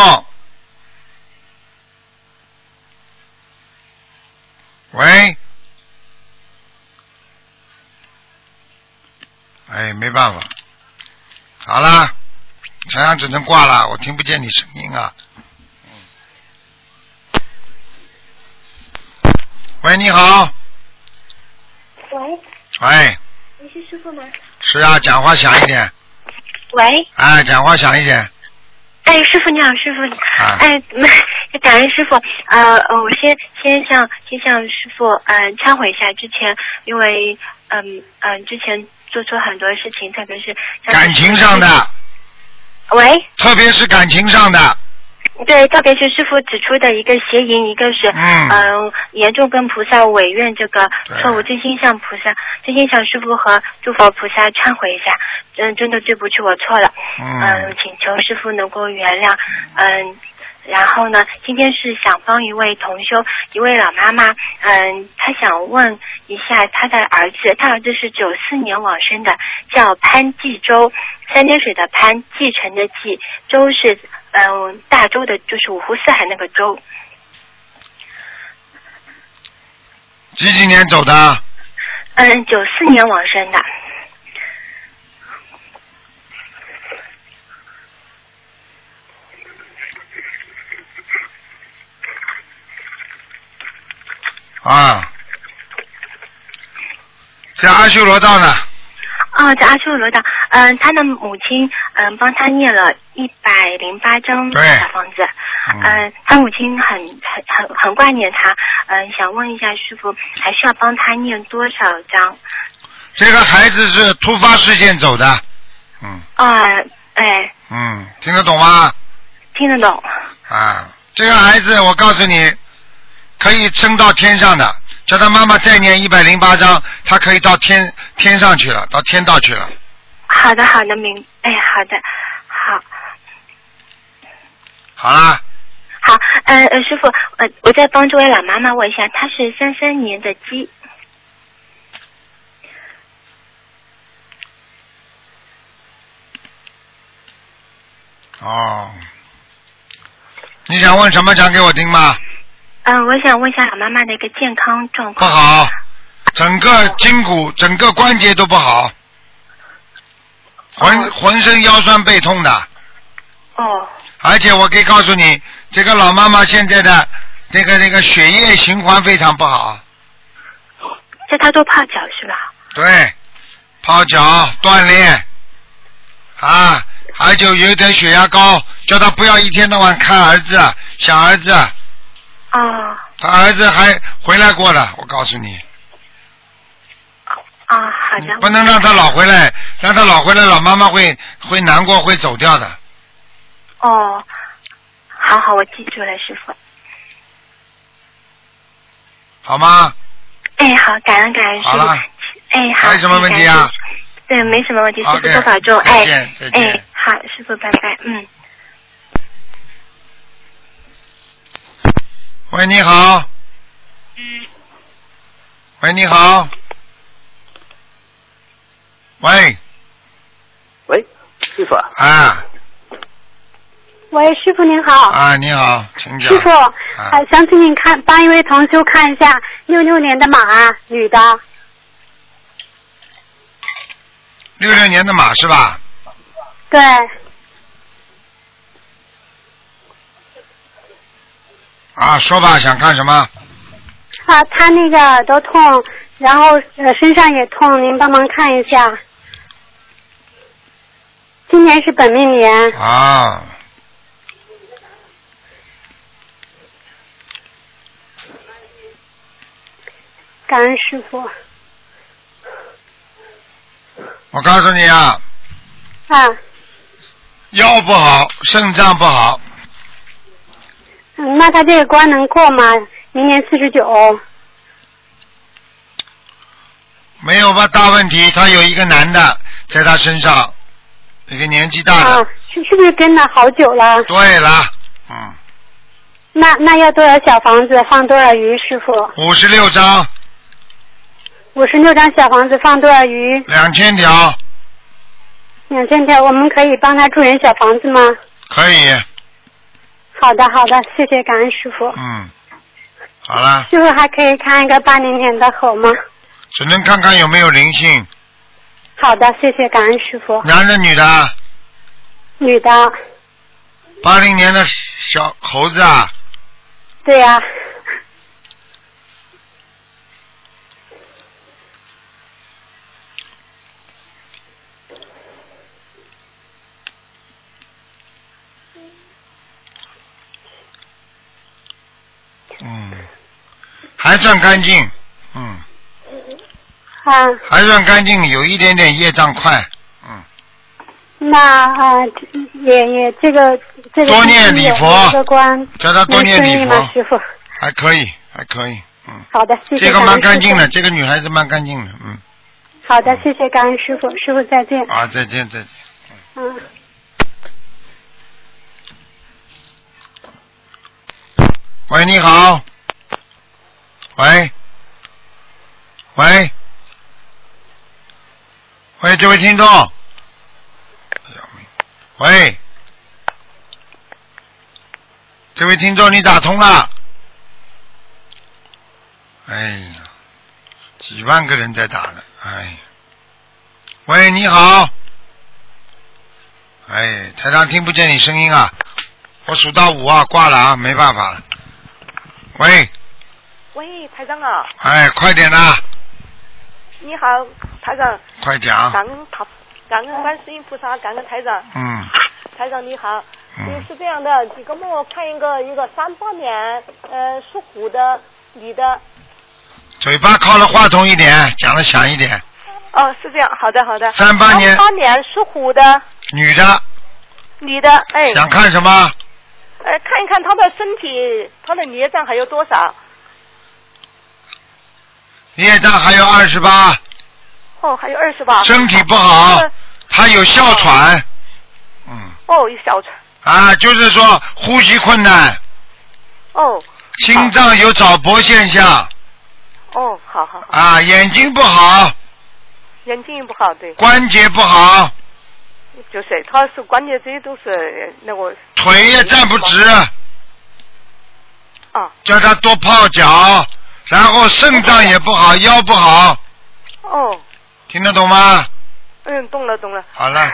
Speaker 2: 喂，哎，没办法，好啦，想想只能挂了，我听不见你声音啊。喂，你好，
Speaker 9: 喂，
Speaker 2: 喂，
Speaker 9: 你是师傅吗？
Speaker 2: 是啊，讲话响一点，
Speaker 9: 喂，
Speaker 2: 哎，讲话响一点，
Speaker 9: 哎，师傅你好，师傅，
Speaker 2: 啊
Speaker 9: 哎，那 感恩师傅，呃，呃我先先向先向师傅嗯、呃忏悔一下，之前因为嗯嗯、呃之前做错很多事情，特别是像
Speaker 2: 感情上的，
Speaker 9: 喂，
Speaker 2: 特别是感情上的，
Speaker 9: 对，特别是师傅指出的一个邪淫，一个是
Speaker 2: 嗯
Speaker 9: 嗯、呃严重跟菩萨违愿这个
Speaker 2: 对
Speaker 9: 错误，真心向菩萨，真心向师傅和诸佛菩萨忏悔一下，嗯真真的对不起，我错了。嗯
Speaker 2: 嗯，，
Speaker 9: 请求师傅能够原谅。嗯，然后呢，今天是想帮一位同修，一位老妈妈，嗯，她想问一下她的儿子，她儿子是九四年往生的，叫潘继周，三点水的潘，继承的继，周是嗯大周的，就是五湖四海那个周，
Speaker 2: 几几年走的？
Speaker 9: 嗯，九四年往生的，
Speaker 2: 啊，在阿修罗道呢，
Speaker 9: 啊，在阿修罗道，嗯，他的母亲嗯帮他念了一百零八张
Speaker 2: 对
Speaker 9: 小房子，嗯，他母亲很很很很挂念他，嗯，想问一下师傅，还需要帮他念多少章？
Speaker 2: 这个孩子是突发事件走的，嗯
Speaker 9: 啊，哎，
Speaker 2: 嗯，听得懂吗？
Speaker 9: 听得懂
Speaker 2: 啊，这个孩子，我告诉你，可以升到天上的，叫他妈妈再念一百零八章，他可以到天天上去了，到天道去了。
Speaker 9: 好的，好的，明，哎，好的，好，
Speaker 2: 好啦，
Speaker 9: 好，呃，呃师傅，呃，我再帮这位老妈妈问一下，她是三三年的鸡，
Speaker 2: 哦，你想问什么讲给我听吗？
Speaker 9: 嗯、我想问一下老妈妈的一个健康状
Speaker 2: 不
Speaker 9: 况。
Speaker 2: 好，整个筋骨、整个关节都不好，浑浑身腰酸背痛的。
Speaker 1: 嗯
Speaker 9: 哦，
Speaker 2: 而且我可以告诉你，这个老妈妈现在的这个这个血液循环非常不好，
Speaker 9: 这她都泡脚是吧？
Speaker 2: 对，泡脚锻炼啊，还有有点血压高，叫他不要一天到晚看儿子、想儿子，
Speaker 9: 哦，
Speaker 2: 他儿子还回来过了，我告诉你，
Speaker 9: 啊，好的，
Speaker 2: 不能让他老回来，让他老回来，老妈妈会会难过，会走掉的。
Speaker 9: 哦，好好，我记住了，师傅。
Speaker 2: 好吗？
Speaker 9: 哎，好，感恩感恩师
Speaker 2: 好
Speaker 9: 傅。
Speaker 2: 了，
Speaker 9: 哎，好，
Speaker 2: 还有什么问题啊？
Speaker 9: 对，没什么问题，师
Speaker 2: OK，
Speaker 9: 傅多保重。
Speaker 2: 再
Speaker 9: 哎
Speaker 2: 见再见
Speaker 9: 哎，好，师傅拜拜。嗯，
Speaker 2: 喂，你好。喂，你好。喂，
Speaker 5: 喂，师傅啊，
Speaker 2: 啊
Speaker 10: 喂，师傅您好，
Speaker 2: 啊，你好，请讲啊
Speaker 10: 师。傅，呃想请您看帮一位同修看一下六六年的马女的，
Speaker 2: 六六年的马是吧？
Speaker 10: 对，
Speaker 2: 啊，说吧，想看什么？
Speaker 10: 啊，她那个耳朵痛，然后呃身上也痛，您帮忙看一下。今年是本命年，
Speaker 2: 啊。
Speaker 10: 感恩师傅
Speaker 2: 我告诉你啊，
Speaker 10: 啊，
Speaker 2: 腰不好，肾脏不好，
Speaker 10: 嗯那她这个关能过吗？明年四十九，
Speaker 2: 没有吧大问题。他有一个男的在他身上，一个年纪大的。
Speaker 10: 啊，是是不是跟了好久了？
Speaker 2: 对了，嗯，
Speaker 10: 那那要多少小房子放多少鱼，师傅？
Speaker 2: 五十六张，
Speaker 10: 五十六张小房子放多少鱼？
Speaker 2: 两千条，
Speaker 10: 两千嗯条，我们可以帮他助人小房子吗？
Speaker 2: 可以，
Speaker 10: 好的，好的，谢谢感恩师傅。
Speaker 2: 嗯，好了，
Speaker 10: 师傅还可以看一个八零年的猴吗？
Speaker 2: 只能看看有没有灵性，
Speaker 10: 好的，谢谢感恩师傅。
Speaker 2: 男的女的，
Speaker 10: 女的，
Speaker 2: 八零年的小猴子啊，
Speaker 10: 对呀、
Speaker 2: 嗯还算干净，嗯，
Speaker 10: 啊，
Speaker 2: 还算干净，有一点点业障快，
Speaker 10: 那啊、呃也也这个这个
Speaker 2: 多念礼佛
Speaker 10: 这个关，
Speaker 2: 叫他多念礼
Speaker 10: 能顺利
Speaker 2: 佛
Speaker 10: 吗师傅，
Speaker 2: 还可以，还可以，嗯，
Speaker 10: 好的，谢谢。
Speaker 2: 这个蛮干净的，
Speaker 10: 感恩
Speaker 2: 这
Speaker 10: 师
Speaker 2: 个女孩子蛮干净的，嗯，
Speaker 10: 傅。好的，谢谢感恩师傅，师傅再见。
Speaker 2: 啊，再见再见。
Speaker 10: 嗯。
Speaker 2: 喂，你好。喂，喂，喂，这位听众。哎呀喂，这位听众，你打通了。哎呀，几万个人在打了，哎呀。喂，你好。哎，台上听不见你声音啊，我数到五啊，挂了啊，没办法了。喂，
Speaker 11: 喂，台长啊，
Speaker 2: 哎，快点啦，
Speaker 11: 你好，台长。
Speaker 2: 快讲
Speaker 11: 感恩台，感恩观世音菩萨，感恩台长。
Speaker 2: 啊嗯，
Speaker 11: 台长你好，
Speaker 2: 嗯
Speaker 11: 嗯，是这样的，几个梦我看一个，一个三八年，呃，属虎的女的，
Speaker 2: 嘴巴靠了话筒一点，讲的响一点。
Speaker 11: 哦，是这样，好的好的。
Speaker 2: 38年
Speaker 11: 三八年属虎的
Speaker 2: 女的
Speaker 11: 女的，哎。
Speaker 2: 想看什么？
Speaker 11: 呃，看一看她的身体，她的孽障还有多少？
Speaker 2: 业障还有二十八，
Speaker 11: 哦，还有二十吧。
Speaker 2: 身体不好，她有哮喘
Speaker 11: 哦，有小船。
Speaker 2: 啊，就是说呼吸困难，
Speaker 11: 哦
Speaker 2: 心脏有早搏现象
Speaker 11: 哦，好好，
Speaker 2: 啊，眼睛不好，
Speaker 11: 眼睛不好，对。
Speaker 2: 关节不好，
Speaker 11: 就是，她是关节这些都是呃那个
Speaker 2: 腿也站不直。叫她多泡脚，然后肾脏也不好，腰不好，
Speaker 11: 哦，
Speaker 2: 听得懂吗？
Speaker 11: 嗯，懂了懂了。
Speaker 2: 好了，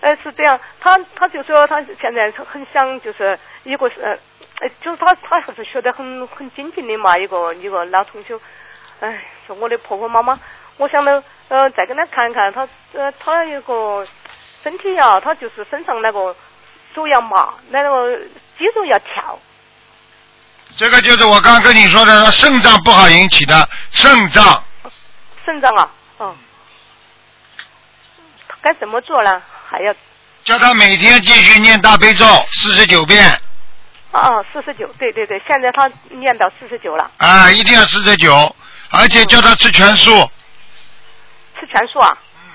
Speaker 11: 呃，是这样，他他就说他现在很想就是一个是呃，呃就是他他还是学得很很精进的嘛，一个一个老同学，哎，是我的婆婆妈妈，我想呢，呃，再跟他看看他呃他有个身体呀、他就是身上那个手要麻，那个肌肉要跳，
Speaker 2: 这个就是我刚跟你说的，她肾脏不好引起的，肾脏
Speaker 11: 肾脏啊，嗯，他该怎么做呢？还要
Speaker 2: 叫她每天继续念大悲咒四十九遍
Speaker 11: 啊，四十九，对对对，现在他念到四十九了，
Speaker 2: 啊，一定要四十九，而且叫她吃全素，
Speaker 11: 吃全素啊？嗯。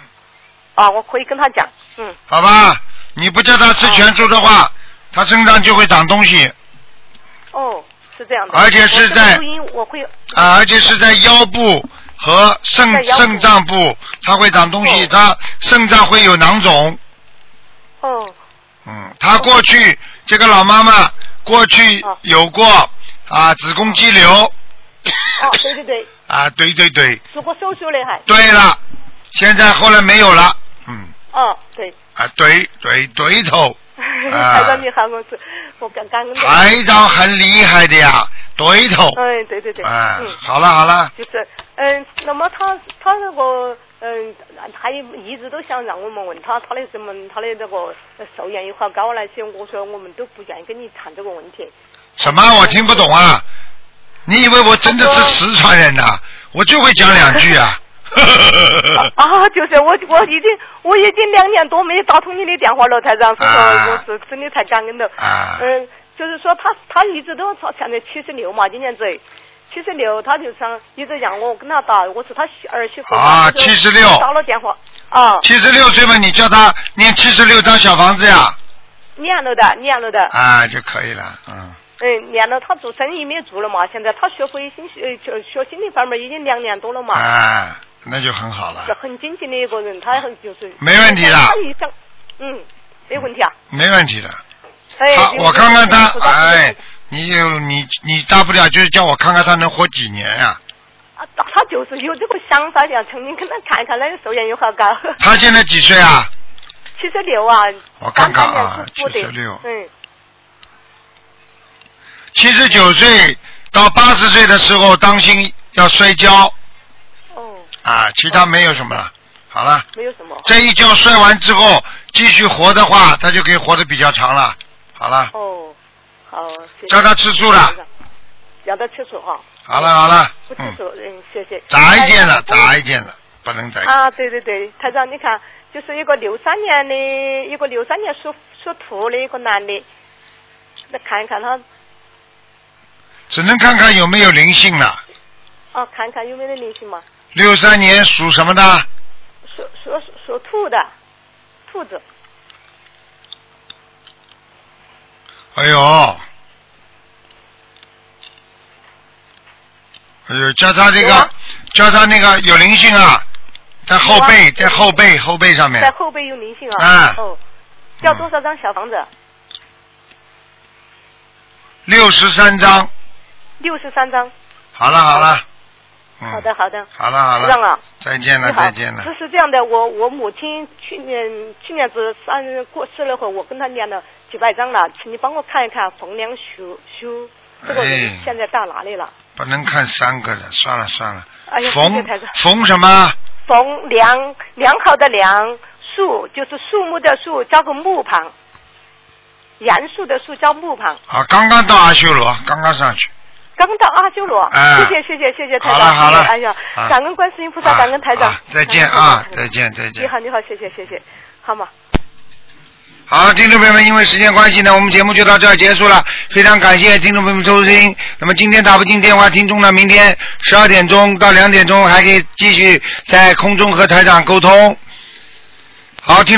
Speaker 11: 啊，我可以跟他讲，嗯，
Speaker 2: 好吧？你不叫她吃全素的话，她身上就会长东西
Speaker 11: 哦，是这样的。
Speaker 2: 而且是
Speaker 11: 我这个
Speaker 2: 在
Speaker 11: 录音 我会哦
Speaker 2: 啊，而且是在腰部和肾
Speaker 11: 在腰部
Speaker 2: 肾脏部，它会长东西，它肾脏会有囊肿。
Speaker 11: 哦
Speaker 2: 嗯，她过去这个老妈妈过去有过啊子宫肌瘤
Speaker 11: 哦，对对对，
Speaker 2: 啊，对对对，
Speaker 11: 做过手术的还。
Speaker 2: 对了，现在后来没有了
Speaker 11: 哦，对，
Speaker 2: 啊，对对对头，啊
Speaker 11: 台长你好，我是我刚刚。
Speaker 2: 台长很厉害的呀，对头，
Speaker 11: 哎，对对对，
Speaker 2: 哎
Speaker 11: 嗯，，
Speaker 2: 好了好了，
Speaker 11: 就是嗯，那么他他那个嗯，他也一直都想让我们问他他的什么他的那个寿元有好高那些，我说我们都不愿意跟你谈这个问题。
Speaker 2: 什么我听不懂啊？你以为我真的是四川人呐、我就会讲两句啊。
Speaker 11: 啊，就是我我已经我已经两年多没打通你的电话了，台长，所以说我是真的太感恩了。
Speaker 2: 啊
Speaker 11: 嗯，就是说他他一直都他现在七十六嘛，今年子七十六，他就想一直让我跟他打，我是他媳儿媳妇嘛。
Speaker 2: 啊
Speaker 11: 就是
Speaker 2: 76
Speaker 11: 打了电话啊，
Speaker 2: 七十六岁嘛，你叫他念七十六张小房子呀，
Speaker 11: 念了的，念了的。
Speaker 2: 啊就可以了，嗯，
Speaker 11: 嗯，念了，他做生意没做了嘛，现在他学会心呃学学心理方面已经两年多了嘛。
Speaker 2: 啊，那就很好了，
Speaker 11: 是很精进的一个人，他很就是
Speaker 2: 没问题的
Speaker 11: 他一想，嗯，没问题啊。
Speaker 2: 没问题的。
Speaker 11: 哎，
Speaker 2: 好，
Speaker 11: 就是
Speaker 2: 我看看他
Speaker 11: 菩，萨
Speaker 2: 哎，你有你你大不了就是叫我看看他能活几年呀、
Speaker 11: 啊他就是有这个想法，想曾经跟他看看那个寿元有好高，
Speaker 2: 他现在几岁啊？
Speaker 11: 七十六啊，
Speaker 2: 我看看啊
Speaker 11: 88年属猪的
Speaker 2: 76
Speaker 11: 嗯，
Speaker 2: 七十九岁到八十岁的时候，当心要摔跤。
Speaker 11: 哦。
Speaker 2: 啊，其他没有什么了。好了，
Speaker 11: 没有什么。
Speaker 2: 这一跤摔完之后，继续活的话，他就可以啊活得比较长了。好了，
Speaker 11: 哦，好，谢谢
Speaker 2: 叫他吃素了。
Speaker 11: 要到厕所哈。
Speaker 2: 好了好了，
Speaker 11: 不厕
Speaker 2: 嗯，
Speaker 11: 所，嗯，谢谢。
Speaker 2: 再见了，
Speaker 11: 哎呀
Speaker 2: 再见了，不能再见。
Speaker 11: 啊，对对对，台长，你看，就是一个六三年的，一个六三年属属兔的一个男的，那看一看他，
Speaker 2: 只能看看有没有灵性了。
Speaker 11: 哦，看看有没有灵性嘛？
Speaker 2: 六三年属什么的？
Speaker 11: 属属属兔的，兔子，
Speaker 2: 哎呦，哎呦，叫他这
Speaker 11: 有
Speaker 2: 个
Speaker 11: 啊，
Speaker 2: 叫他那个有灵性啊，在后
Speaker 11: 有
Speaker 2: 背，
Speaker 11: 啊
Speaker 2: 在后背后背上面
Speaker 11: 在。后背有灵性
Speaker 2: 啊嗯
Speaker 11: 啊。哦，要多少张小房子？
Speaker 2: 六十三章，
Speaker 11: 六十三张。
Speaker 2: 好了好了，嗯
Speaker 11: 好的，好的。
Speaker 2: 好了好
Speaker 11: 台长
Speaker 2: 了
Speaker 11: 啊，
Speaker 2: 再见了
Speaker 11: 你好
Speaker 2: 再见了
Speaker 11: 这，是这样的，我我母亲去年去年子生日过世了会儿，我跟她念了几百张了，请你帮我看一看冯良修修这个人
Speaker 2: 哎
Speaker 11: 现在到哪里了？
Speaker 2: 不能看三个的，算了算了。
Speaker 11: 哎呀，谢谢
Speaker 2: 冯
Speaker 11: 台长。
Speaker 2: 冯什么？啊
Speaker 11: 冯良良好的良，树就是树木的树，加个木旁，杨树的树叫木旁。
Speaker 2: 啊，刚刚到阿修罗，刚刚上去。
Speaker 11: 刚到阿修罗，
Speaker 2: 啊
Speaker 11: 谢谢谢谢谢谢台
Speaker 2: 好了
Speaker 11: 长，
Speaker 2: 好了
Speaker 11: 谢谢哎呀，
Speaker 2: 啊
Speaker 11: 感恩观世音菩萨，感恩台长
Speaker 2: 啊，再见
Speaker 11: 哎
Speaker 2: 啊，再见再见
Speaker 11: 你。好你好，谢谢谢谢，好吗？
Speaker 2: 好，听众朋友们，因为时间关系呢，我们节目就到这儿结束了。非常感谢听众朋友们收听。那么今天打不进电话，听众呢，明天十二点钟到两点钟还可以继续在空中和台长沟通。好，听众。